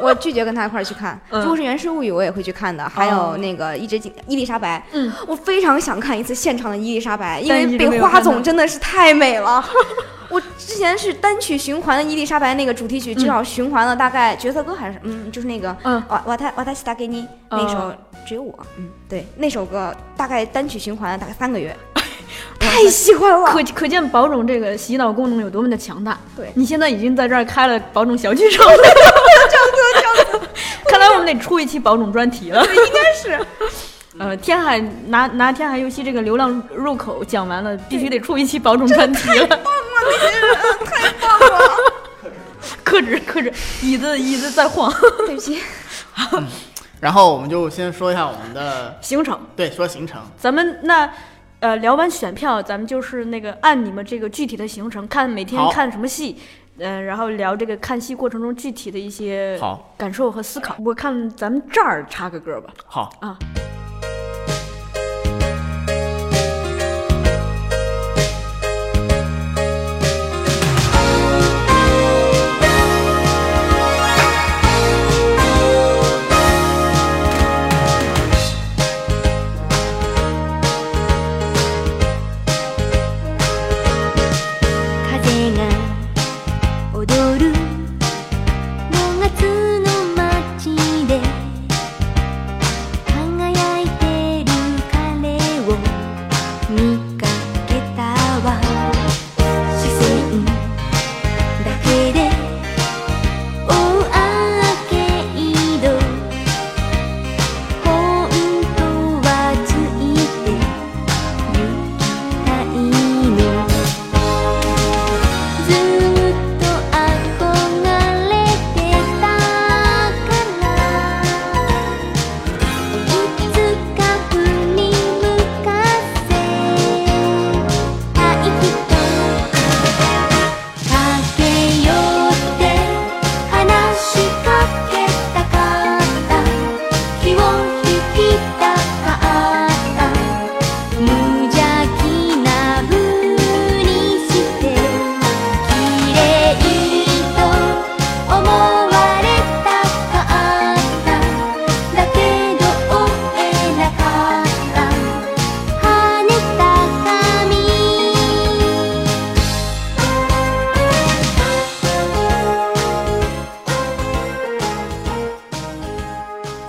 Speaker 3: 我拒绝跟他一块儿去看。
Speaker 2: 嗯
Speaker 3: 如果是《源氏物语》，我也会去看的。还有那个《一只金伊丽莎白》，
Speaker 2: 嗯，
Speaker 3: 我非常想看一次现场的伊丽莎白，因
Speaker 2: 但一
Speaker 3: 为
Speaker 2: 直没
Speaker 3: 被
Speaker 2: 有
Speaker 3: 花
Speaker 2: 看到
Speaker 3: 总真的是太美了。 我之前是单曲循环的伊丽莎白那个主题曲，至少循环了大概角色歌还是嗯，就是那个
Speaker 2: 嗯
Speaker 3: 瓦瓦塔瓦塔西达给你
Speaker 2: 嗯
Speaker 3: 那首只有我，嗯，对，那首歌大概单曲循环了大概三 个月，太喜欢了
Speaker 2: 可。可见保种这个洗脑功能有多么的强大。
Speaker 3: 对
Speaker 2: 你现在已经在这儿开了保种小剧场 了， 看来我们得出一期保种专题了。
Speaker 3: 应该是
Speaker 2: 呃，天海拿拿天海游戏这个流浪入口讲完了，必须得出一期保种专题了。 克制克制，椅子椅子在晃。
Speaker 3: 对不起，
Speaker 4: 然后我们就先说一下我们的
Speaker 2: 行程，
Speaker 4: 对说行程，
Speaker 2: 咱们那呃聊完选票，咱们就是那个按你们这个具体的行程，看每天
Speaker 4: 好
Speaker 2: 看什么戏，嗯、然后聊这个看戏过程中具体的一些
Speaker 4: 好
Speaker 2: 感受和思考。我看咱们这儿插个歌吧。
Speaker 4: 好
Speaker 2: 啊。
Speaker 6: 風が踊る5月の街で輝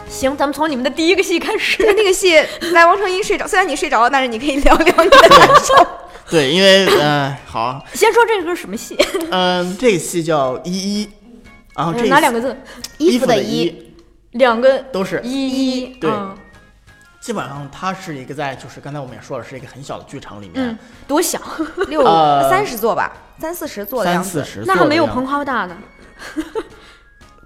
Speaker 5: 行，咱们从你们的第一个戏开
Speaker 3: 对
Speaker 5: 始。
Speaker 3: 那个戏，来王成英睡着，虽然你睡着了，但是你可以聊聊你的感受。
Speaker 4: 对，因为呃，好，
Speaker 5: 先说这个是什么戏？
Speaker 4: 嗯、这个戏叫依依，然后
Speaker 2: 嗯
Speaker 4: 这
Speaker 5: 哪两
Speaker 4: 个
Speaker 5: 个字？
Speaker 4: 衣
Speaker 3: 服
Speaker 4: 的
Speaker 3: 的衣，
Speaker 5: 两个
Speaker 4: 都是
Speaker 5: 一一
Speaker 4: 对
Speaker 5: 嗯
Speaker 4: 基本上它是一个在就是刚才我们也说了，是一个很小的剧场里面
Speaker 5: 嗯，，多小，
Speaker 3: 六
Speaker 4: 呃
Speaker 3: 三十座吧，三四十座的样
Speaker 4: 三
Speaker 3: 子
Speaker 4: 四。十 座的样子，
Speaker 2: 那还没有彭浩大呢。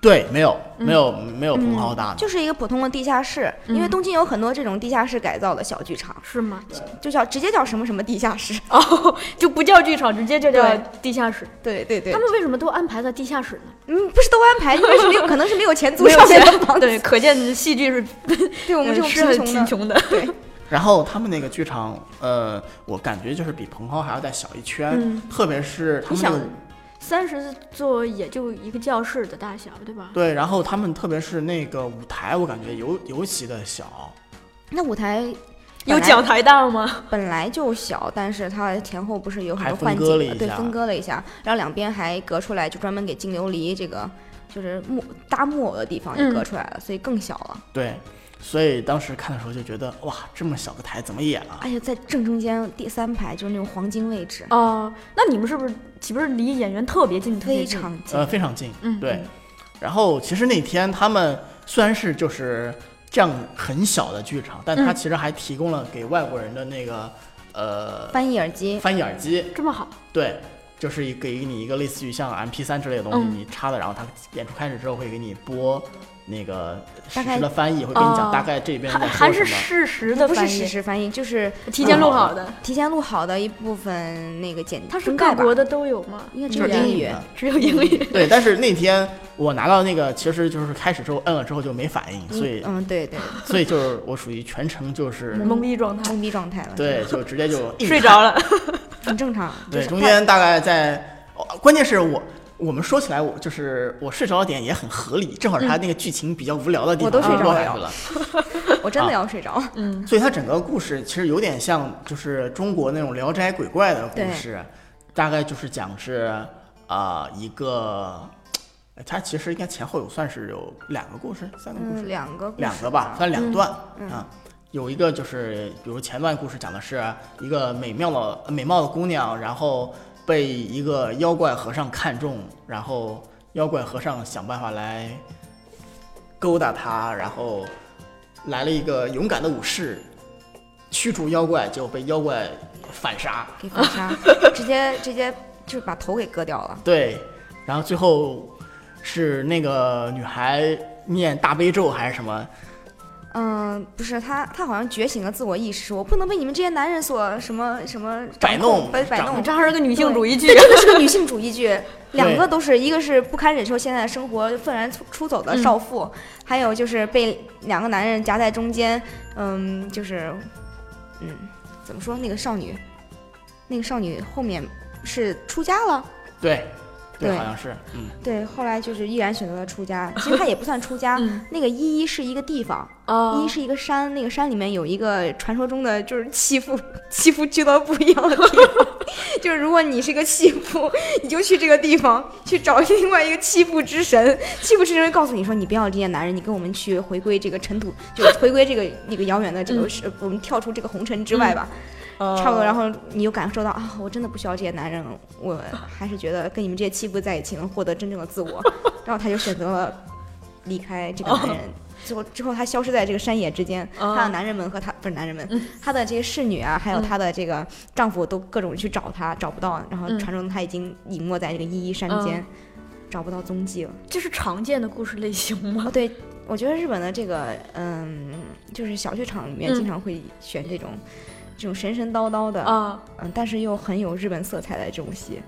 Speaker 4: 对，没有没有没有彭浩大
Speaker 3: 嗯
Speaker 4: 的，
Speaker 3: 就是一个普通的地下室，因为东京有很多这种地下室改造的小剧场，
Speaker 2: 是吗？
Speaker 3: 就叫直接叫什么什么地下室。
Speaker 2: 哦， 就不叫剧场，直接就叫
Speaker 3: 对
Speaker 2: 地下室。
Speaker 3: 对对对
Speaker 2: 他，们为什么都安排在地下室呢？
Speaker 3: 嗯，不是都安排，因为是没有，可能是没有钱租上面的房 子。
Speaker 2: 对，可见戏剧是
Speaker 3: 对我们这种
Speaker 2: 是很
Speaker 3: 贫
Speaker 2: 贫
Speaker 3: 穷的，
Speaker 2: 穷的。
Speaker 3: 对，
Speaker 4: 然后他们那个剧场，呃，我感觉就是比彭浩还要再小一圈，特别是他
Speaker 2: 你
Speaker 4: 们那
Speaker 2: 想
Speaker 4: 个。，
Speaker 2: 三十座也就一个教室的大小，对吧？
Speaker 4: 对，然后他们特别是那个舞台，我感觉尤尤其的小，
Speaker 3: 那舞台
Speaker 2: 有
Speaker 3: 本来
Speaker 2: 讲台大吗？
Speaker 3: 本来就小，但是它前后不是有很
Speaker 4: 还
Speaker 3: 多
Speaker 4: 分
Speaker 3: 换
Speaker 4: 割了
Speaker 3: 景
Speaker 4: 一
Speaker 3: 的，对，
Speaker 4: 下
Speaker 3: 分割了一下，然后两边还隔出来，就专门给净琉璃这个就是木搭木偶的地方也
Speaker 2: 嗯
Speaker 3: 隔出来了，所以更小了。
Speaker 4: 对，所以当时看的时候就觉得哇，这么小个台怎么演啊？
Speaker 3: 而且哎在正中间第三排就是那种黄金位置，
Speaker 2: 哦，那你们是不是岂不是离演员特别近？特别
Speaker 3: 非
Speaker 2: 近。
Speaker 3: 常近。
Speaker 4: 呃，非常近，
Speaker 2: 嗯
Speaker 4: 对。然后其实那天他们虽然是就是这样很小的剧场，但
Speaker 2: 嗯
Speaker 4: 他其实还提供了给外国人的那个呃
Speaker 3: 翻译耳机，
Speaker 4: 翻译耳机，
Speaker 2: 这么好，
Speaker 4: 对，就是一给你一个类似于像 MP 3之类的东西，
Speaker 2: 嗯
Speaker 4: 你插的，然后他演出开始之后会给你播那个实
Speaker 3: 大概
Speaker 4: 时的翻译，会跟你
Speaker 2: 哦
Speaker 4: 讲大概这边
Speaker 2: 还
Speaker 4: 在
Speaker 2: 还
Speaker 4: 说
Speaker 2: 呃是
Speaker 4: 什么。
Speaker 2: 事实的
Speaker 3: 不是
Speaker 2: 翻
Speaker 3: 实
Speaker 2: 译，
Speaker 3: 时翻译，就是嗯
Speaker 2: 提前录好的。
Speaker 3: 提前录好的一部分那个简，
Speaker 2: 它是
Speaker 3: 中
Speaker 2: 各
Speaker 3: 概吧
Speaker 2: 国，的都有吗？
Speaker 3: 应该只
Speaker 4: 就
Speaker 3: 有
Speaker 4: 是英
Speaker 3: 英
Speaker 4: 语
Speaker 3: 语。
Speaker 4: 的，
Speaker 2: 只有英语。
Speaker 4: 对。但是那天我拿到那个，其实就是开始之后摁了之后就没反应，所以
Speaker 3: 嗯，对对，
Speaker 4: 所以就是我属于全程就是
Speaker 2: 懵逼状态，
Speaker 3: 懵逼状态了，
Speaker 4: 对，就直 接就硬
Speaker 2: 睡
Speaker 4: 看
Speaker 2: 着了。
Speaker 3: 很正常。就
Speaker 4: 对，
Speaker 3: 是
Speaker 4: 中
Speaker 3: 它
Speaker 4: 间大概在，哦关键是我我们说起来，我就是我睡着的点也很合理，正好是他那个剧情比较无聊的
Speaker 3: 嗯
Speaker 4: 地
Speaker 3: 我
Speaker 4: 方
Speaker 3: 都睡着
Speaker 4: 落下
Speaker 3: 了
Speaker 4: 去了，
Speaker 3: 我真的
Speaker 4: 啊
Speaker 3: 要睡着。
Speaker 4: 所以它整个故事其实有点像就是中国那种聊斋鬼怪的故
Speaker 3: 对
Speaker 4: 事，大概就是讲是啊、呃一个，呃它其实应该前后有算是有两个故事，三个故事，
Speaker 3: 嗯，两个故事
Speaker 4: 两个吧，算两段、啊。有一个就是，比如前段故事讲的是一个美妙的呃美貌的姑娘，然后被一个妖怪和尚看中，然后妖怪和尚想办法来勾搭她，然后来了一个勇敢的武士驱逐妖怪，结果被妖怪反杀。
Speaker 3: 给封 杀，直接直接就是把头给割掉了。
Speaker 4: 对，然后最后是那个女孩念大悲咒还是什么？
Speaker 3: 嗯，不是他，他好像觉醒了自我意识，说我不能被你们这些男人所什么什么掌
Speaker 4: 摆
Speaker 3: 控
Speaker 4: 弄
Speaker 3: 被摆
Speaker 4: 掌
Speaker 3: 弄
Speaker 4: 控。
Speaker 2: 这还是个女性主义剧，
Speaker 3: 这是个女性主义 剧，两个都是，一个是不堪忍受现在的生活愤然出出走的少妇，还有就是被两个男人夹在中间，嗯，就是，嗯，怎么说那个少女，那个少女后面是出家了，
Speaker 4: 对，对，
Speaker 3: 对
Speaker 4: 好像是，嗯。
Speaker 3: 对，后来就是毅然选择了出家，其实她也不算出家，那个一一是一个地方，
Speaker 2: 哦
Speaker 3: 一是一个山，那个山里面有一个传说中的就是弃 妇弃妇俱乐部一样的地方， 就是如果你是个弃妇，你就去这个地方去找另外一个弃妇之神，弃妇之神会告诉你说你不要这些男人，你跟我们去回归这个尘土，就是回归这个那个遥远的这个世，我们跳出这个红尘之外吧，差不多。然后你就感受到啊，我真的不需要这些男人，我还是觉得跟你们这些弃妇在一起能获得真正的自我，然后他就选择了离开这个男人。最后，之后他消失在这个山野之间，
Speaker 2: 哦嗯
Speaker 3: 他的男人们和他不是男人们，他的这些侍女啊，还有他的这个丈夫都各种去找他，找不到，然后
Speaker 2: 嗯
Speaker 3: 传说他已经隐没在这个一一山间，找不到踪迹了。
Speaker 2: 这是常见的故事类型
Speaker 3: 哦，
Speaker 2: 吗？
Speaker 3: 对，我觉得日本的这个，嗯，就是小剧场里面
Speaker 2: 嗯
Speaker 3: 经常会选这种、这种神神叨叨的，
Speaker 2: 啊，
Speaker 3: 嗯，但是又很有日本色彩的这种戏，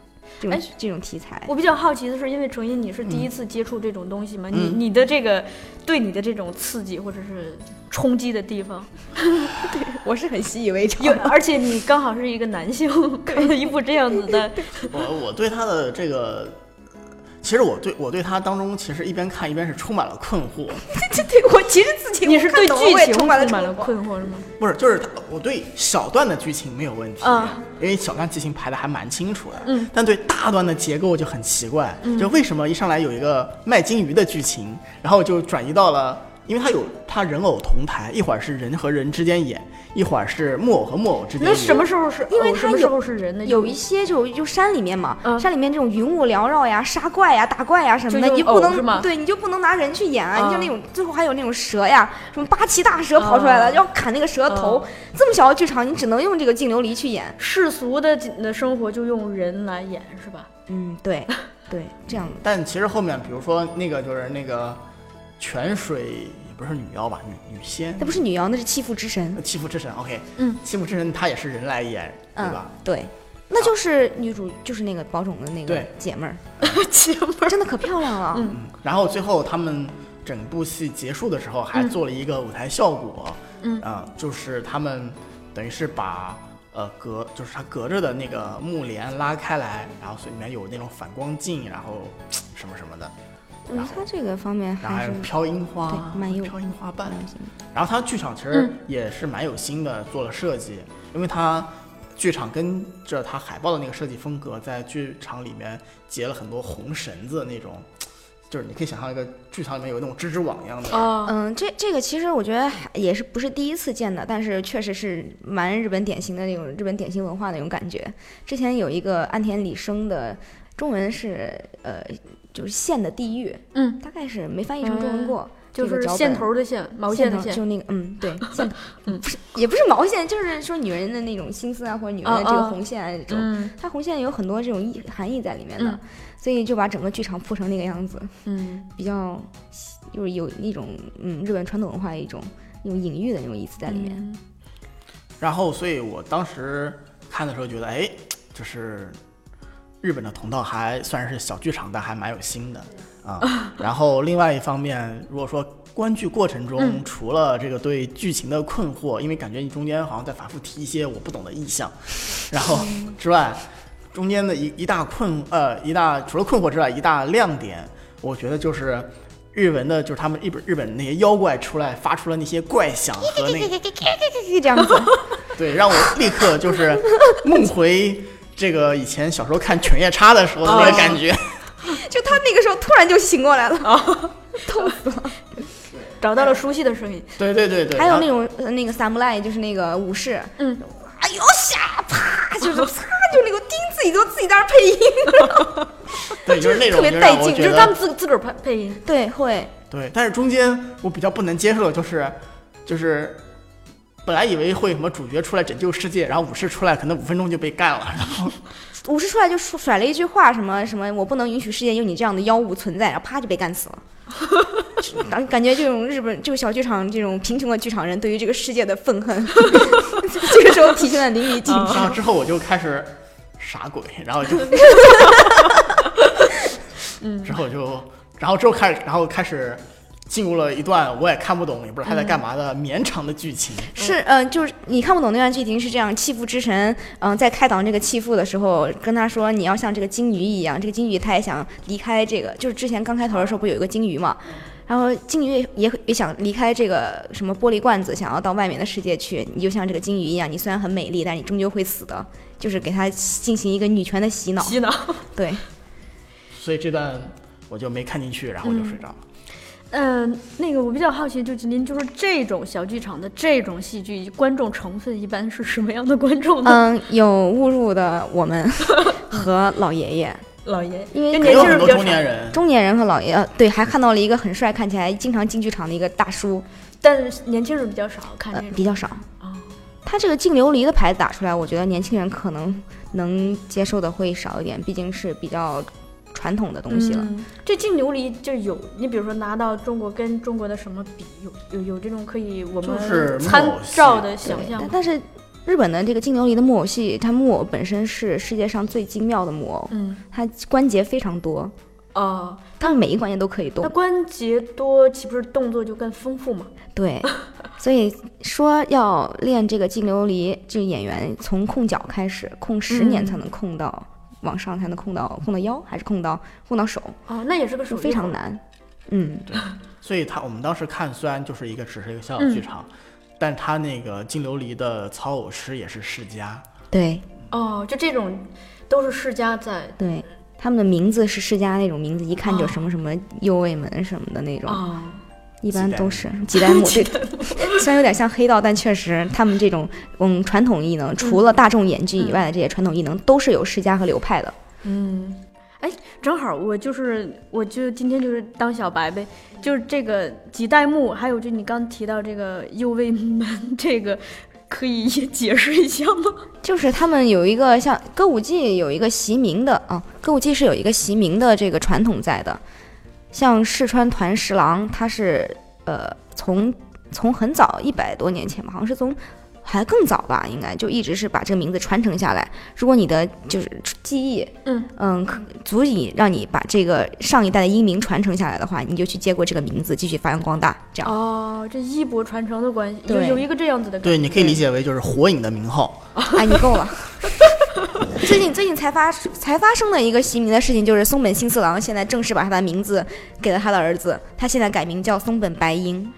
Speaker 3: 这种、
Speaker 2: 哎
Speaker 3: 这种题材。
Speaker 2: 我比较好奇的是，因为程一你是第一
Speaker 3: 嗯
Speaker 2: 次接触这种东西吗？你
Speaker 4: 嗯
Speaker 2: 你的这个对你的这种刺激或者是冲击的地方，
Speaker 3: 我是很习以为常
Speaker 2: 有，而且你刚好是一个男 性，看了一部这样子的，
Speaker 4: 我呃我对他的这个，其实我对我对他当中，其实一边看一边是充满了困惑，
Speaker 3: 对 对，我其实自己
Speaker 2: 你是对剧情充
Speaker 3: 充
Speaker 2: 满
Speaker 3: 满了
Speaker 2: 了困惑是吗？
Speaker 4: 不是，就是我对小段的剧情没有问题，
Speaker 2: 嗯
Speaker 4: 因为小段剧情排的还蛮清楚的，
Speaker 2: 嗯，
Speaker 4: 但对大段的结构就很奇怪，就为什么一上来有一个卖金鱼的剧情，然后就转移到了。因为他有他人偶同台，一会儿是人和人之间演，一会儿是木偶和木偶之间
Speaker 2: 那
Speaker 4: 演。
Speaker 2: 什么时候是？
Speaker 3: 因为
Speaker 2: 偶
Speaker 3: 它
Speaker 2: 什么时
Speaker 3: 有
Speaker 2: 候是人的？
Speaker 3: 有一些就就山里面嘛，
Speaker 2: 嗯
Speaker 3: 山里面这种云雾缭绕呀、杀怪呀、打怪呀什么的，
Speaker 5: 就用
Speaker 3: 你
Speaker 5: 偶
Speaker 3: 不
Speaker 5: 是吗
Speaker 3: 能对，你就不能拿人去演啊！你像
Speaker 2: 嗯
Speaker 3: 那种最后还有那种蛇呀，什么八岐大蛇跑出来了，
Speaker 2: 嗯
Speaker 3: 要砍那个蛇头，这么小的剧场，你只能用这个净琉璃去演。
Speaker 2: 世俗的的生活就用人来演是 吧？
Speaker 3: 嗯，对，对，这样
Speaker 4: 但其实后面，比如说那个就是那个泉水也不是女妖吧，女女仙
Speaker 3: 那，不是女妖，那是欺负之神，
Speaker 4: 呃欺负之神。OK，
Speaker 2: 嗯，
Speaker 4: 欺负之神她也是人来演，呃对
Speaker 3: 嗯
Speaker 4: 吧？，
Speaker 3: 对。那就是女主，就是那个保种的那个
Speaker 4: 对
Speaker 3: 姐妹儿，姐妹儿真的可漂亮了。
Speaker 4: 嗯然后最后他们整部戏结束的时候，还做了一个舞台效果，嗯，啊、就是他们等于是把呃隔就是它隔着的那个幕帘拉开来，然后所以里面有那种反光镜，然后什么什么的，
Speaker 3: 我觉得她这个方面
Speaker 4: 然后还
Speaker 3: 还
Speaker 4: 有
Speaker 3: 是
Speaker 4: 飘樱花
Speaker 3: 对，蛮有
Speaker 4: 飘樱花瓣
Speaker 3: 蛮，有心的
Speaker 4: 然后它剧场其实也是蛮有心的，做了设计，因为它剧场跟着它海报的那个设计风格，在剧场里面结了很多红绳子那种，就是你可以想象一个剧场里面有那种蜘蛛网一样的。
Speaker 2: 啊，
Speaker 3: 嗯，这这个其实我觉得还也是不是第一次见的，但是确实是蛮日本典型的那种日本典型文化那种感觉。之前有一个安田理生的中文是呃，就是线的地狱，
Speaker 2: 嗯，
Speaker 3: 大概是没翻译成中文
Speaker 2: 嗯
Speaker 3: 过，
Speaker 2: 就
Speaker 3: 这个
Speaker 2: 是
Speaker 3: 脚
Speaker 2: 线
Speaker 3: 本
Speaker 2: 头的线，毛
Speaker 3: 线
Speaker 2: 线的
Speaker 3: 头
Speaker 2: 线。
Speaker 3: 就那个 嗯，对，线头，不是也不是毛线，就是说女人的那种心思啊，或者女人的这
Speaker 2: 哦
Speaker 3: 个
Speaker 2: 哦
Speaker 3: 红线啊这种，
Speaker 2: 嗯
Speaker 3: 它红线有很多这种意含义在里面的，
Speaker 2: 嗯
Speaker 3: 所以就把整个剧场铺成那个样子。
Speaker 2: 嗯，
Speaker 3: 比较就是有一种嗯日本传统文化的一种一种隐喻的那种意思在里面。
Speaker 2: 嗯
Speaker 4: 然后，所以我当时看的时候觉得，哎，就是日本的同道还虽然是小剧场，但还蛮有心的啊。然后，另外一方面，如果说观剧过程中，除了这个对剧情的困惑，因为感觉你中间好像在反复提一些我不懂的意象，然后之外，中间的一一大困呃一大除了困惑之外，一大亮点，我觉得就是。日文的，就是他们日本日本那些妖怪出来发出了那些怪响和那个
Speaker 3: 这样子，
Speaker 4: 对，让我立刻就是梦回这个以前小时候看《犬夜叉》的时候的
Speaker 3: 哦
Speaker 4: 那个感觉。
Speaker 3: 就他那个时候突然就醒过来了，痛死了。
Speaker 2: 找到了熟悉的声音。
Speaker 4: 对对对对，
Speaker 3: 还有那
Speaker 4: 种
Speaker 3: 种呃那个 samurai，就是那个武士，
Speaker 2: 嗯，
Speaker 3: 哎呦下啪，就是啪，就那个钉自己就自己在那儿配 音，
Speaker 4: 对，就是那种
Speaker 3: 特别
Speaker 4: 就让
Speaker 3: 带
Speaker 4: 我
Speaker 3: 劲
Speaker 4: 觉
Speaker 2: 就是他们
Speaker 4: 得
Speaker 2: 自自个儿配配音，
Speaker 3: 对，会，
Speaker 4: 对，但是中间我比较不能接受的就是就是。本来以为会什么主角出来拯救世界，然后武士出来可能五分钟就被干了，然后
Speaker 3: 武士出来就甩甩了一句话，什么什么，我不能允许世界有你这样的妖物存在，然后啪就被干死了。就感感觉这种日本就小剧场这种贫穷的剧场人对于这个世界的愤恨， 这个时候体现的淋漓尽致。
Speaker 4: 然后之后我就开始傻鬼，然后就，
Speaker 3: 嗯
Speaker 4: 之后就，然后之后开始，然后开始进入了一段我也看不懂，也不知道他在干嘛
Speaker 3: 嗯
Speaker 4: 的绵长的剧情。
Speaker 3: 是，嗯、就是你看不懂那段剧情是这样，弃妇之神，嗯、在开导这个弃妇的时候，跟他说你要像这个金鱼一样，这个金鱼他也想离开这个，就是之前刚开头的时候不有一个金鱼嘛，然后金鱼也也想离开这个什么玻璃罐子，想要到外面的世界去，你就像这个金鱼一样，你虽然很美丽，但你终究会死的，就是给他进行一个女权的洗脑，
Speaker 2: 洗 脑。
Speaker 3: 对，
Speaker 4: 所以这段我就没看进去，然后我就睡着了。
Speaker 2: 嗯，那个我比较好奇，就是您就是这种小剧场的这种戏剧，观众成分一般是什么样的观众呢？
Speaker 3: 嗯，有侮辱的我们和老爷爷，
Speaker 2: 老爷，
Speaker 3: 因为
Speaker 2: 跟
Speaker 4: 也
Speaker 2: 年
Speaker 4: 有
Speaker 2: 轻
Speaker 4: 很
Speaker 2: 人比
Speaker 4: 多
Speaker 2: 较
Speaker 4: 中
Speaker 2: 少，
Speaker 4: 年人，
Speaker 3: 中年人和老爷，呃，对，还看到了一个很帅，看起来经常进剧场的一个大叔，
Speaker 2: 但是年轻人比较少看
Speaker 3: 呃
Speaker 2: 这，种。
Speaker 3: 比较少。
Speaker 2: 哦
Speaker 3: 他这个净琉璃的牌子打出来，我觉得年轻人可能能接受的会少一点，毕竟是比较传统的东西了。
Speaker 2: 嗯，这净琉璃就有，你比如说拿到中国跟中国的什么比，有有有这种可以我
Speaker 4: 就是
Speaker 2: 们参照的
Speaker 3: 对
Speaker 2: 想象
Speaker 3: 但
Speaker 2: 吗？
Speaker 3: 但是日本的这个净琉璃的木偶戏，它木偶本身是世界上最精妙的木偶，
Speaker 2: 嗯，
Speaker 3: 它关节非常多，
Speaker 2: 哦，
Speaker 3: 它们每一关节都可以动
Speaker 2: 那。关节多岂不是动作就更丰富嘛？
Speaker 3: 对，所以说要练这个净琉璃，就是演员从控脚开始，控十年
Speaker 2: 嗯
Speaker 3: 才能控到、往上，才能控到控到腰，还是控到控到手，
Speaker 2: 哦，那也是个手
Speaker 3: 就
Speaker 2: 艺
Speaker 3: 非
Speaker 2: 活
Speaker 3: 常。难。嗯，
Speaker 4: 所以他我们当时看虽然就是一个只是一个小小剧
Speaker 3: 嗯
Speaker 4: 场，但他那个金琉璃的操偶师也是世家，
Speaker 3: 对
Speaker 2: 哦，就这种都是世家在
Speaker 3: 对，他们的名字是世家那种名字，一看就
Speaker 2: 哦
Speaker 3: 什么什么右卫门什么的那种，
Speaker 2: 哦，
Speaker 3: 一般都是几
Speaker 4: 吉
Speaker 3: 代目，对，虽然有点像黑道，但确实他们这种嗯传统艺能，除
Speaker 2: 嗯
Speaker 3: 了大众演技以外的这些传统艺能，都是有世家和流派的。
Speaker 2: 嗯，哎，正好我就是，我就今天就是当小白呗，就是这个几代目，还有就你刚提到这个右卫门，这个可以解释一下吗？
Speaker 3: 就是他们有一个像歌舞伎有一个习名的啊，歌舞伎是有一个习名的这个传统在的，像四川团十郎，他是呃从从很早一百多年前吧，好像是从还更早吧，应该就一直是把这个名字传承下来。如果你的就是记忆，
Speaker 2: 嗯
Speaker 3: 可足以让你把这个上一代的音名传承下来的话，你就去接过这个名字，继续发扬光大，这样。
Speaker 2: 哦，这衣钵传承的关系，有
Speaker 3: 对
Speaker 2: 有一个这样子
Speaker 3: 嗯
Speaker 2: 的感
Speaker 4: 对，
Speaker 2: 觉。
Speaker 4: 你可以理解为就是火影的名号。
Speaker 3: 哎，你够了。最近最近才发才发生的一个袭名的事情，就是松本幸四郎现在正式把他的名字给了他的儿子，他现在改名叫松本白樱。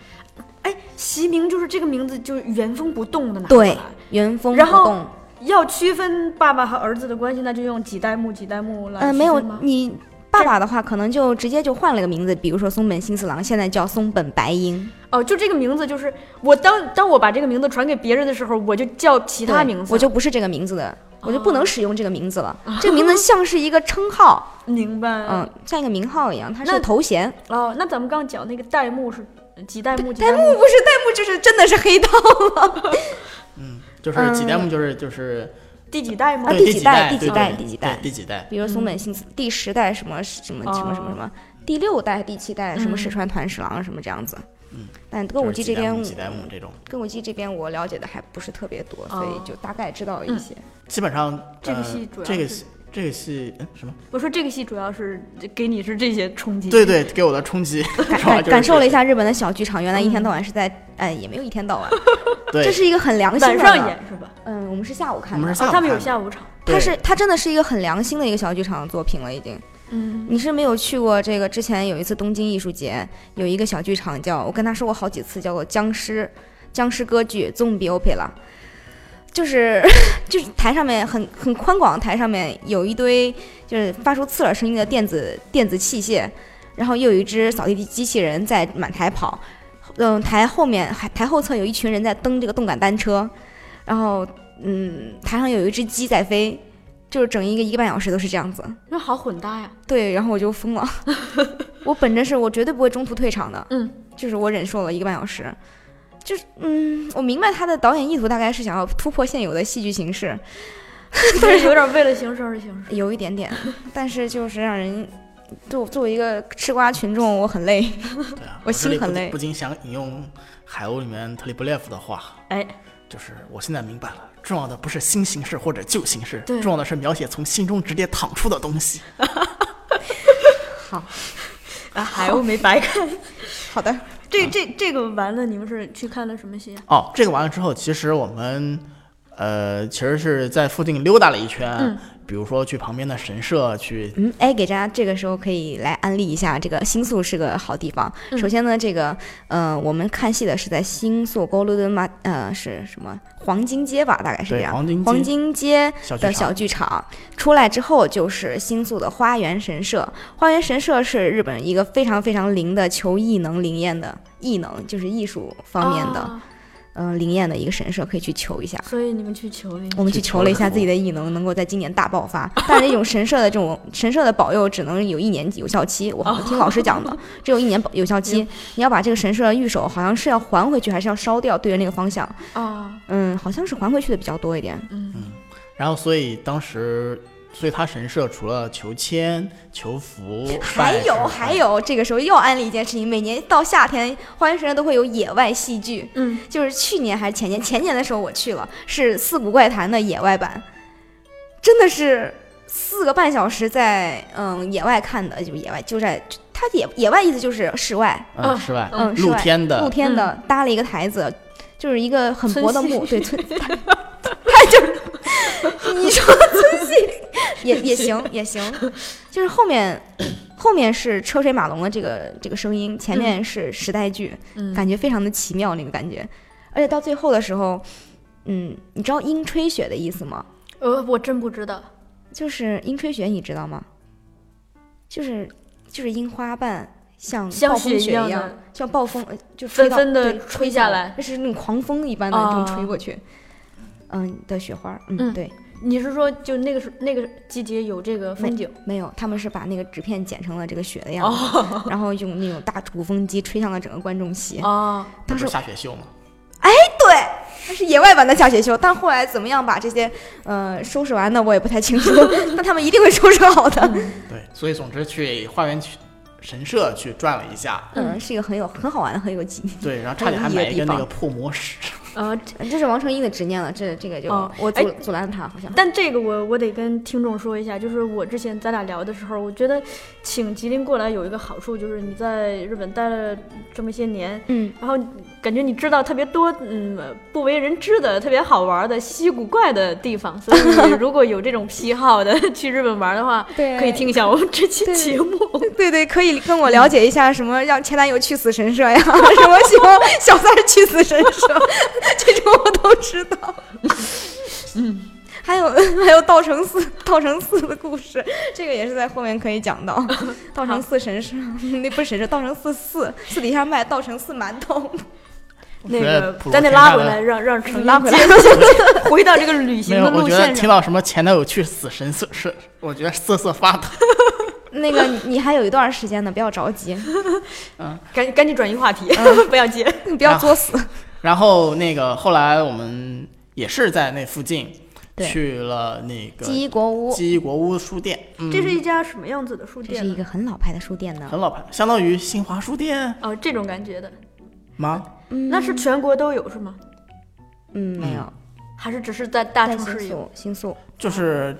Speaker 2: 哎，习名就是这个名字，就是原封不动的拿过
Speaker 3: 对
Speaker 2: 来。，
Speaker 3: 原封不
Speaker 2: 然后
Speaker 3: 动。
Speaker 2: 要区分爸爸和儿子的关系，那就用几代目几代目来区分吗。
Speaker 3: 呃，没有你爸爸的话，可能就直接就换了个名字，比如说松本幸四郎现在叫松本白樱。
Speaker 2: 哦，就这个名字，就是我当当我把这个名字传给别人的时候，我就叫其他
Speaker 3: 对
Speaker 2: 名字。
Speaker 3: 我就不是这个名哦字的，我就不能使用这个名字 了。这个名字像是一个称号，
Speaker 2: 明白。
Speaker 3: 嗯，像一个名号一样，它是
Speaker 2: 那
Speaker 3: 个头衔。
Speaker 2: 哦，那咱们刚讲那个代幕是几代目？几
Speaker 3: 弹幕
Speaker 2: 幕
Speaker 3: 不是弹幕，就是真的是黑道了。
Speaker 4: 就是几代目，就是就是
Speaker 2: 第几代吗
Speaker 3: 啊？
Speaker 4: 对
Speaker 3: 嗯第
Speaker 4: 第
Speaker 3: 几
Speaker 4: 几
Speaker 3: 代
Speaker 4: 代，
Speaker 3: 第几
Speaker 4: 对
Speaker 3: 代
Speaker 4: 对
Speaker 3: 第几代
Speaker 4: 对第几代？
Speaker 3: 比如
Speaker 2: 嗯
Speaker 3: 松本幸子第十代什么什么
Speaker 2: 哦
Speaker 3: 什么什么什么，第六代、第七代
Speaker 2: 嗯
Speaker 3: 什么石川团十郎什么这样子。
Speaker 4: 嗯，
Speaker 3: 但歌
Speaker 4: 就
Speaker 3: 舞
Speaker 4: 是
Speaker 3: 伎
Speaker 4: 几
Speaker 3: 这
Speaker 4: 代
Speaker 3: 边
Speaker 4: 目，几代目这种，
Speaker 3: 歌舞伎这边我了解的还不是特别多，所
Speaker 2: 哦
Speaker 3: 以就大概知道了
Speaker 2: 嗯
Speaker 3: 一些。
Speaker 4: 基本上
Speaker 2: 这个
Speaker 4: 呃
Speaker 2: 戏主要
Speaker 4: 这个
Speaker 2: 是
Speaker 4: 戏这个戏嗯什么？
Speaker 2: 我说这个戏主要是给你是这些冲击。
Speaker 4: 对。对，给我的冲击，
Speaker 3: 感
Speaker 4: 主要
Speaker 3: 感
Speaker 4: 就是
Speaker 3: 感受了一
Speaker 4: 这
Speaker 3: 下日本的小剧场，原来一天
Speaker 2: 嗯
Speaker 3: 到晚是在，哎，也没有一天到晚，
Speaker 4: 个，对，
Speaker 3: 这是一个很良心
Speaker 2: 晚
Speaker 3: 的。
Speaker 2: 上演是吧？哦
Speaker 3: 嗯，我们是下午
Speaker 4: 我
Speaker 3: 看
Speaker 4: 们
Speaker 3: 的
Speaker 4: 是。下午
Speaker 2: 他们有
Speaker 4: 看的
Speaker 2: 下午场。
Speaker 3: 它
Speaker 4: 对
Speaker 3: 是它真的是一个很良心的一个小剧场作品了，已经。
Speaker 2: 嗯，
Speaker 3: 你是没有去过这个？之前有一次东京艺术节，有一个小剧场叫我跟他说过好几次，叫做僵尸僵尸歌剧 Zombie Opera，就是 就是台上面很很宽广，台上面有一堆就是发出刺耳声音的电子电子器械，然后又有一只扫地机机器人在满台跑，嗯，台后面还台后侧有一群人在蹬这个动感单车，然后嗯，台上有一只鸡在飞，就是整一个一个半小时都是这样子。
Speaker 2: 那好混搭 呀。
Speaker 3: 对，然后我就疯了。 我本着是我绝对不会中途退场的，
Speaker 2: 嗯，
Speaker 3: 就是我忍受了一个半小时，就是嗯，我明白他的导演意图大概是想要突破现有的戏剧形式，
Speaker 2: 但是有点为了形式而形式。
Speaker 3: 有一点点，但是就是让人作作为一个吃瓜群众，我很累。
Speaker 4: 对啊
Speaker 3: 我心
Speaker 4: 这里
Speaker 3: 很
Speaker 4: 不禁
Speaker 3: 累
Speaker 4: 不禁想引用海鸥里面特里布列夫的话，
Speaker 2: 哎，
Speaker 4: 就是我现在明白了，重要的不是新形式或者旧形式，
Speaker 2: 对
Speaker 4: 重要的是描写从心中直接淌出的东西。
Speaker 2: 啊，海 鸥没白看。
Speaker 3: 好的，
Speaker 2: 这这这个完了，你们是去看的什么戏啊？
Speaker 4: 哦，这个完了之后，其实我们呃其实是在附近溜达了一圈，比如说去旁边的神社去。
Speaker 3: 嗯，哎，给大家这个时候可以来安利一下，这个新宿是个好地方。
Speaker 4: 嗯
Speaker 3: 首先呢，这个呃，我们看戏的是在新宿 Golden Ma 呃是什么黄金街吧，大概是这
Speaker 4: 对，
Speaker 3: 样。
Speaker 4: 黄金
Speaker 3: 黄
Speaker 4: 街
Speaker 3: 金街
Speaker 4: 小剧
Speaker 3: 的
Speaker 4: 场
Speaker 3: 小剧场出来之后，就是新宿的花园神社。花园神社是日本一个非常非常灵的求艺能灵验的艺能，就是艺术方面的
Speaker 4: 哦
Speaker 2: 啊
Speaker 3: 嗯、呃灵验的一个神社，可以去求一下。
Speaker 2: 所以你们去求那个。
Speaker 3: 我们
Speaker 4: 去
Speaker 3: 去
Speaker 4: 求
Speaker 3: 求了一
Speaker 4: 了
Speaker 3: 下
Speaker 4: 图
Speaker 3: 自己的异能能够在今年大爆发，但是这种神社的这种神社的保佑只能有一年有效期，我好像听老师讲的，只有一年保有效期。你要把这个神社的御守好像是要还回去，还是要烧掉？对着那个方向，
Speaker 2: 啊，
Speaker 3: 嗯，好像是还回去的比较多一点。
Speaker 2: 嗯
Speaker 4: 然后，所以当时，所以他神社除了求签、求福，
Speaker 3: 还
Speaker 4: 拜
Speaker 3: 有
Speaker 4: 神
Speaker 3: 还，有，这个时候又安利一件事情，每年到夏天，花园神社都会有野外戏剧。
Speaker 2: 嗯，
Speaker 3: 就是去年还是前年，前年的时候我去了，是《四谷怪谈》的野外版，真的是四个半小时在嗯野外看的，就野外就在它野野外意思就是室外，
Speaker 4: 嗯，室外、
Speaker 3: 嗯，室
Speaker 4: 露
Speaker 3: 外
Speaker 4: 天的
Speaker 3: 露天
Speaker 2: 嗯
Speaker 3: 的搭了一个台子，就是一个很薄的木，对，村， 它就是你说村 系也也行也行，就是后面 后面是车水马龙的这个这个声音，前面是时代剧，
Speaker 2: 嗯
Speaker 3: 感觉非常的奇妙那个感觉，而且到最后的时候，嗯，你知道樱吹雪的意思吗？
Speaker 2: 呃，我真不知道。
Speaker 3: 就是樱吹雪，你知道吗？就是就是樱花瓣像
Speaker 2: 像
Speaker 3: 暴风
Speaker 2: 雪一
Speaker 3: 雪
Speaker 2: 样
Speaker 3: 一
Speaker 2: 的
Speaker 3: 样，像暴风呃就吹
Speaker 2: 纷
Speaker 3: 到
Speaker 2: 纷地
Speaker 3: 对
Speaker 2: 吹
Speaker 3: 吹
Speaker 2: 下
Speaker 3: 到
Speaker 2: 来
Speaker 3: 那是那种狂风一般的这种
Speaker 2: 啊
Speaker 3: 吹过去，嗯的雪花，
Speaker 2: 嗯
Speaker 3: 嗯，对，
Speaker 2: 你是说就那个时那个季节有这个风景？
Speaker 3: 没有，他们是把那个纸片剪成了这个雪的样子， 然后用那种大鼓风机吹向了整个观众席。
Speaker 2: 哦，
Speaker 3: 当时
Speaker 4: 不是下雪秀吗？
Speaker 3: 对，它是野外版的下雪秀，但后来怎么样把这些呃收拾完的我也不太 清楚，但他们一定会收拾好的。
Speaker 2: 嗯
Speaker 4: 对，所以总之去花园去神社去转了一下，
Speaker 3: 嗯，是一个很有很好玩的，很有纪念。
Speaker 4: 对，然后差点还买一个那个破魔 石，
Speaker 2: 呃，
Speaker 3: 嗯这是王成一的执念了，这这个就、
Speaker 2: 哦
Speaker 3: 我阻
Speaker 2: 哎
Speaker 3: 阻拦他好像。
Speaker 2: 但这个我我得跟听众说一下，就是我之前咱俩聊的时候，我觉得请吉林过来有一个好处，就是你在日本待了这么些年，
Speaker 3: 嗯，
Speaker 2: 然后感觉你知道特别多，嗯，不为人知的、特别好玩的、稀奇古怪的地方。所以如果有这种癖好的 去日本玩的话，
Speaker 3: 对
Speaker 2: 可以听一下我们这期
Speaker 3: 对
Speaker 2: 节 目。
Speaker 3: 对对，可以跟我了解一下什么让前男友去死神社呀， 什么喜欢小三儿去死神社， 这种我都知道。嗯，还有还有稻城寺稻城寺的故事，这个也是在后面可以讲 到。稻城寺神社，那不是神社，稻城寺寺寺底下卖稻城寺馒头。
Speaker 2: 那
Speaker 4: 觉得
Speaker 2: 个
Speaker 4: 普罗
Speaker 2: 咱得
Speaker 4: 天
Speaker 2: 拉
Speaker 4: 下
Speaker 2: 回
Speaker 4: 的
Speaker 2: 来，让让成
Speaker 3: 拉回来，
Speaker 2: 回到这个旅
Speaker 4: 没
Speaker 2: 行
Speaker 4: 有，
Speaker 2: 的
Speaker 4: 我
Speaker 2: 路
Speaker 4: 觉得
Speaker 2: 线
Speaker 4: 听
Speaker 2: 上。
Speaker 4: 到什么前男友去死神社是， 我觉得瑟瑟发抖。
Speaker 3: 那个你你还有一段时间呢，不要着急，
Speaker 2: 赶赶紧转移话题，
Speaker 4: 嗯
Speaker 2: 不要接。
Speaker 3: 你 不要作死。
Speaker 4: 然后那个后来我们也是在那附近
Speaker 3: 对
Speaker 4: 去了那个
Speaker 3: 记忆国屋，
Speaker 4: 记忆国屋书店，嗯，
Speaker 2: 这是一家什么样子的书
Speaker 3: 这
Speaker 2: 店
Speaker 3: 是一
Speaker 2: 呢？
Speaker 3: 个很老牌的书店呢。
Speaker 4: 很老牌，相当于新华书店
Speaker 2: 哦，这种感觉的，
Speaker 4: 吗？
Speaker 2: 那是全国都有是吗？
Speaker 3: 嗯，没有，
Speaker 2: 还是只是在大
Speaker 3: 在
Speaker 2: 城
Speaker 3: 新
Speaker 2: 市有？
Speaker 3: 宿新宿。
Speaker 4: 就是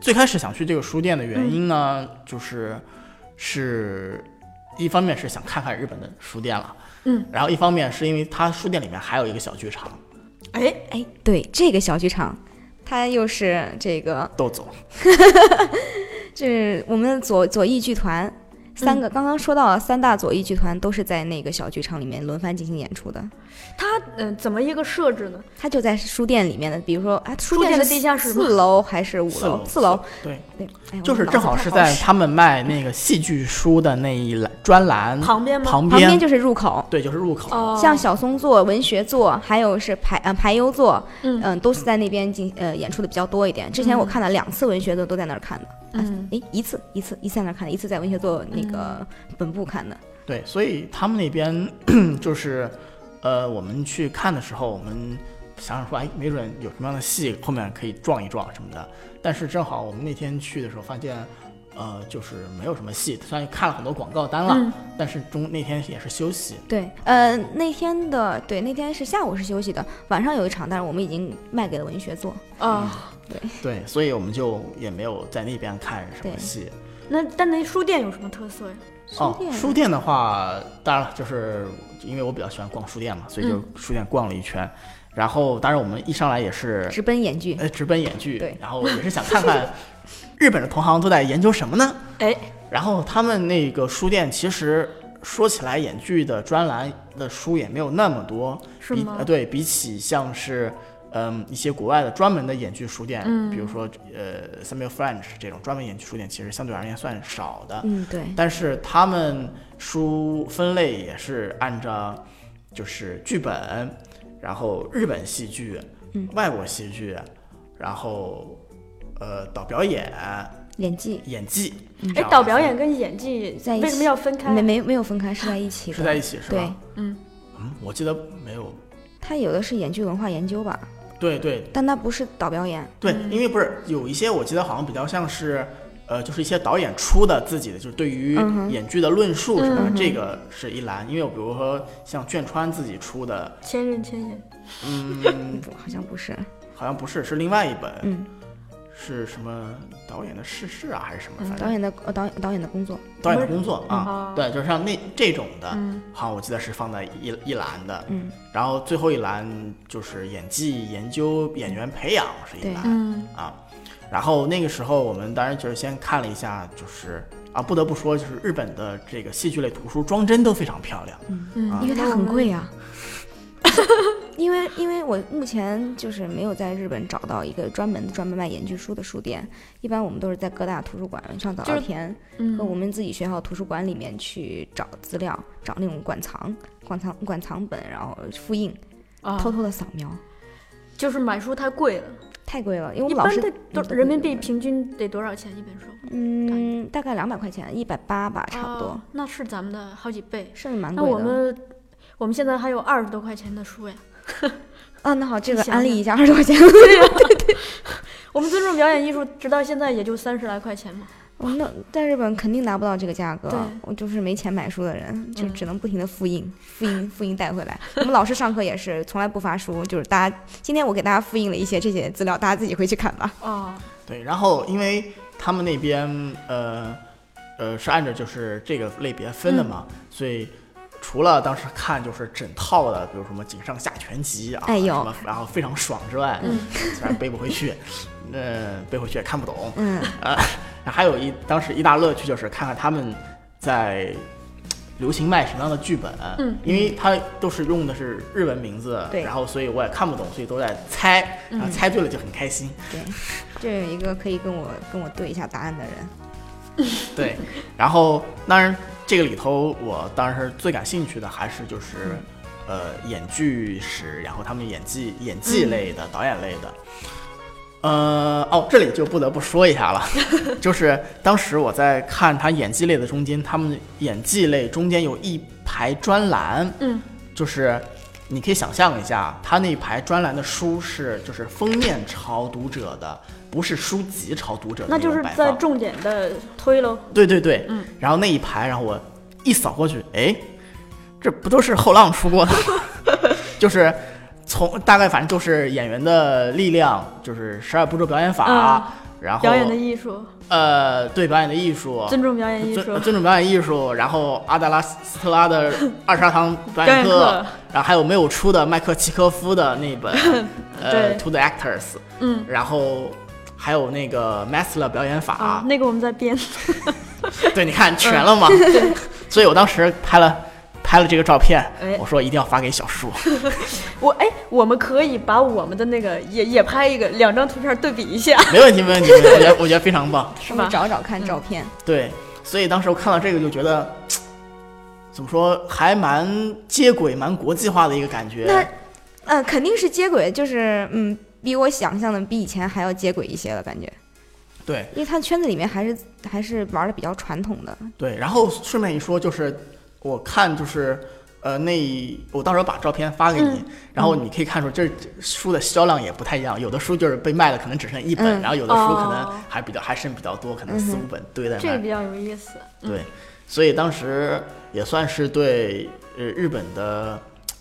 Speaker 4: 最开始想去这个书店的原因呢，就是是一方面是想看看日本的书店了，
Speaker 2: 嗯，
Speaker 4: 然后一方面是因为它书店里面还有一个小剧场，
Speaker 2: 哎，
Speaker 3: 哎，对，这个小剧场，它又是这个，
Speaker 4: 豆总，
Speaker 3: 这是我们的左左翼剧团。三
Speaker 2: 嗯
Speaker 3: 个、刚刚说到了三大左翼剧团都是在那个小剧场里面轮番进行演出的，
Speaker 2: 它嗯、呃怎么一个设置呢？
Speaker 3: 它就在书店里面的，比如说啊，书
Speaker 2: 书店
Speaker 3: 是
Speaker 2: 的地下室吗
Speaker 3: 四楼还是五
Speaker 4: 四
Speaker 3: 楼？
Speaker 4: 楼，
Speaker 3: 四楼，，
Speaker 4: 对，
Speaker 3: 对，哎、
Speaker 4: 就是正好是在
Speaker 3: 旁
Speaker 4: 他们卖那个戏剧书的那一栏专栏
Speaker 2: 旁边吗？
Speaker 4: 旁
Speaker 3: 边
Speaker 4: 边，
Speaker 3: 就是入口，
Speaker 4: 对，就是入口，
Speaker 2: 哦，
Speaker 3: 像小松座、文学座，还有是排呃排优座，
Speaker 2: 嗯
Speaker 3: 都是在那边进呃演出的比较多一点。之前我看了两次文学座都在那儿看的，
Speaker 2: 嗯
Speaker 3: 诶，一次一次一次在那儿看的，一次在文学座那个本部看的。
Speaker 4: 对，所以他们那边 就是，呃，我们去看的时候，我们想想说，哎，没准有什么样的戏后面可以撞一撞什么的。但是正好我们那天去的时候发现，呃，就是没有什么戏，虽然看了很多广告单了，
Speaker 3: 嗯
Speaker 4: 但是中那天也是休息，
Speaker 3: 对，呃，那天的对那天是下午是休息的，晚上有一场，但是我们已经卖给了文学座。
Speaker 2: 啊、
Speaker 4: 对，所以我们就也没有在那边看什么
Speaker 3: 对
Speaker 4: 戏。
Speaker 2: 那但那书店有什么特色呀？
Speaker 4: 哦
Speaker 3: 书，店
Speaker 4: 书店的话，当然了，就是因为我比较喜欢逛书店嘛，所
Speaker 3: 嗯
Speaker 4: 以就书店逛了一圈。然后，当然我们一上来也是
Speaker 3: 直奔演剧，
Speaker 4: 呃，直奔演剧，
Speaker 3: 对
Speaker 4: 然后也是想看 看日本的同行都在研究什么呢？
Speaker 2: 哎，
Speaker 4: 然后他们那个书店其实说起来，演剧的专栏的书也没有那么多，
Speaker 2: 是
Speaker 4: 比
Speaker 2: 吗
Speaker 4: 呃，对比起像是。嗯，一些国外的专门的演剧书店，
Speaker 2: 嗯
Speaker 4: 比如说呃，Samuel French 这种专门演剧书店，其实相对而言算少的。
Speaker 3: 嗯，对，
Speaker 4: 但是他们书分类也是按照就是剧本，然后日本戏剧、
Speaker 2: 嗯
Speaker 4: 外国戏剧，然后呃导表演、
Speaker 3: 演技
Speaker 4: 演技。
Speaker 2: 哎
Speaker 4: 这，样
Speaker 2: 导表
Speaker 4: 分
Speaker 2: 演跟演技
Speaker 3: 在一起
Speaker 2: 为什么要分开？啊
Speaker 3: 没没没有分开，是在一起的。
Speaker 4: 是在一起是吧？
Speaker 3: 对，
Speaker 4: 嗯，我记得没有。
Speaker 3: 它有的是演剧文化研究吧，
Speaker 4: 对对
Speaker 3: 但它不是导表演。
Speaker 4: 对，
Speaker 2: 嗯
Speaker 4: 因为不是有一些我记得好像比较像是。呃，就是一些导演出的自己的，就是对于
Speaker 3: 嗯哼
Speaker 4: 演剧的论述什么
Speaker 2: 嗯
Speaker 4: 的，这个是一栏。因为我比如说像卷川自己出的，
Speaker 2: 千仞千寻，
Speaker 4: 嗯，
Speaker 3: 不好像不是，
Speaker 4: 好像不是，是另外一本，
Speaker 3: 嗯
Speaker 4: 是什么导演的逝世啊，还是什么？
Speaker 3: 嗯，
Speaker 4: 反
Speaker 3: 导
Speaker 4: 正
Speaker 3: 演的嗯呃导演导演的工作，
Speaker 4: 导演的工作啊，对，就是像那这种的，好，我记得是放在一一栏的，
Speaker 3: 嗯，
Speaker 4: 然后最后一栏就是演技研究、演员培养是一
Speaker 3: 对
Speaker 4: 栏啊，然后那个时候我们当然就是先看了一下，就是啊，不得不说，就是日
Speaker 2: 嗯
Speaker 4: 本的这个戏剧类图书装帧都非常漂亮，
Speaker 3: 因为它很贵啊。 因为因为我目前就是没有在日本找到一个专门专门卖研究书的书店，一般我们都是在各大图书馆上找
Speaker 5: 就是
Speaker 3: 到田嗯
Speaker 2: 嗯
Speaker 3: 和我们自己学校图书馆里面去找资料，找那种馆藏、馆藏、馆藏本，然后复印，
Speaker 2: 啊
Speaker 3: 偷偷的扫描，
Speaker 2: 就是买书太贵了，
Speaker 3: 太贵了，因为
Speaker 2: 一
Speaker 3: 我老
Speaker 2: 般
Speaker 3: 师
Speaker 2: 得多
Speaker 3: 嗯都
Speaker 2: 人民币
Speaker 3: 贵
Speaker 2: 平均得多少钱一本书？
Speaker 3: 嗯大概两百块钱，一百八吧，差不多
Speaker 2: 啊，那是咱们的好几倍。
Speaker 3: 是蛮
Speaker 2: 那
Speaker 3: 贵
Speaker 2: 我
Speaker 3: 的。
Speaker 2: 们我们现在还有二十多块钱的书呀。
Speaker 3: 啊，那好，这
Speaker 2: 你
Speaker 3: 个
Speaker 2: 想
Speaker 3: 安利
Speaker 2: 想
Speaker 3: 一下，二十块钱。
Speaker 2: 我们尊重表演艺术，直到现在也就三十来块钱嘛。
Speaker 3: 我哦那在日本肯定拿不到这个价格
Speaker 2: 对，
Speaker 3: 我就是没钱买书的人，就
Speaker 2: 嗯
Speaker 3: 只能不停的复印、复印、复印带回来。我们老师上课也是从来不发书，就是大家今天我给大家复印了一些这些资料，大家自己回去看吧。
Speaker 2: 啊，
Speaker 4: 对，然后因为他们那边呃呃是按照就是这个类别分的
Speaker 3: 嗯
Speaker 4: 嘛，所以除了当时看就是整套的，比如什么井上下全集啊，
Speaker 3: 哎呦嗯
Speaker 4: 什么然后非常爽之外，虽然背不回去， 呃背回去也看不懂，呃
Speaker 3: 嗯，
Speaker 4: 还有一当时一大乐趣就是看看他们在。流行卖什么样的剧本？嗯，因为他都是用的是日文名字，
Speaker 3: 对嗯
Speaker 4: 然后所以我也看不懂，所以都在猜，然后猜对了就很开心。
Speaker 3: 对，就有一个可以跟我跟我对一下答案的人。
Speaker 4: 对，然后当然这个里头，我当时最感兴趣的还是就是，
Speaker 2: 嗯
Speaker 4: 呃，演剧史，然后他们演技、演技类的、导演类的。呃，哦，这里就不得不说一 下了，就是当时我在看他演技类的中间，他们演技类中间有一排专栏，
Speaker 2: 嗯，
Speaker 4: 就是你可以想象一下，他那排专栏的书是就是封面朝读者的，不是书籍朝读者的
Speaker 2: 那
Speaker 4: 种
Speaker 2: 就是
Speaker 4: 摆
Speaker 2: 在
Speaker 4: 放
Speaker 2: 重点的推喽。
Speaker 4: 对对对，
Speaker 2: 嗯
Speaker 4: 然后那一排，然后我一扫过去，哎，这不都是后浪出 过的吗？就是从大概反正就是演员的力量，就是十二步骤表演法，然后
Speaker 2: 嗯表演的艺术，
Speaker 4: 呃对表演的艺术，
Speaker 2: 尊重表演艺
Speaker 4: 尊
Speaker 2: 术，
Speaker 4: 尊重表演艺术，然后阿达拉斯特 拉的二十二堂表
Speaker 2: 表
Speaker 4: 演
Speaker 2: 演
Speaker 4: 课
Speaker 2: 课，
Speaker 4: 然后还有没有出的麦克契科夫的那本呃
Speaker 2: 对
Speaker 4: 《To the Actors》，
Speaker 2: 嗯，
Speaker 4: 然后还有那个 Master 表演法。
Speaker 2: 啊，那个我们在编。
Speaker 4: 对，你看全
Speaker 2: 嗯
Speaker 4: 了嘛。 所以我当时拍了拍了这个照片，
Speaker 2: 哎
Speaker 4: 我说一定要发给小树。
Speaker 2: 我哎，我们可以把我们的那个也也拍一个，两张图片对比一下，
Speaker 4: 没问题，没问题，没问题我觉得我觉得非常棒。
Speaker 2: 是嗯
Speaker 3: 我
Speaker 2: 吧
Speaker 3: 去？找找看照片，
Speaker 4: 对，所以当时我看到这个就觉得，怎么说，还蛮接轨、蛮国际化的一个感
Speaker 3: 那
Speaker 4: 觉。
Speaker 3: 呃，肯定是接轨，就是嗯，比我想象的比以前还要接轨一些了，感觉，
Speaker 4: 对
Speaker 3: 因为他圈子里面还是还是玩的比较传统的，
Speaker 4: 对，然后顺便一说，就是我看就是。呃，那我到时候把照片发给
Speaker 2: 嗯
Speaker 4: 你，然后你可以看出这这书的销量也不太一样，有的书就是被卖的可能只剩一本，
Speaker 3: 嗯
Speaker 4: 然后有的书可
Speaker 2: 哦嗯
Speaker 4: 能还比较、还剩比较多，可能四五本堆在那儿。
Speaker 2: 这个比较有意思。
Speaker 4: 对，所以当时也算是对呃日本的，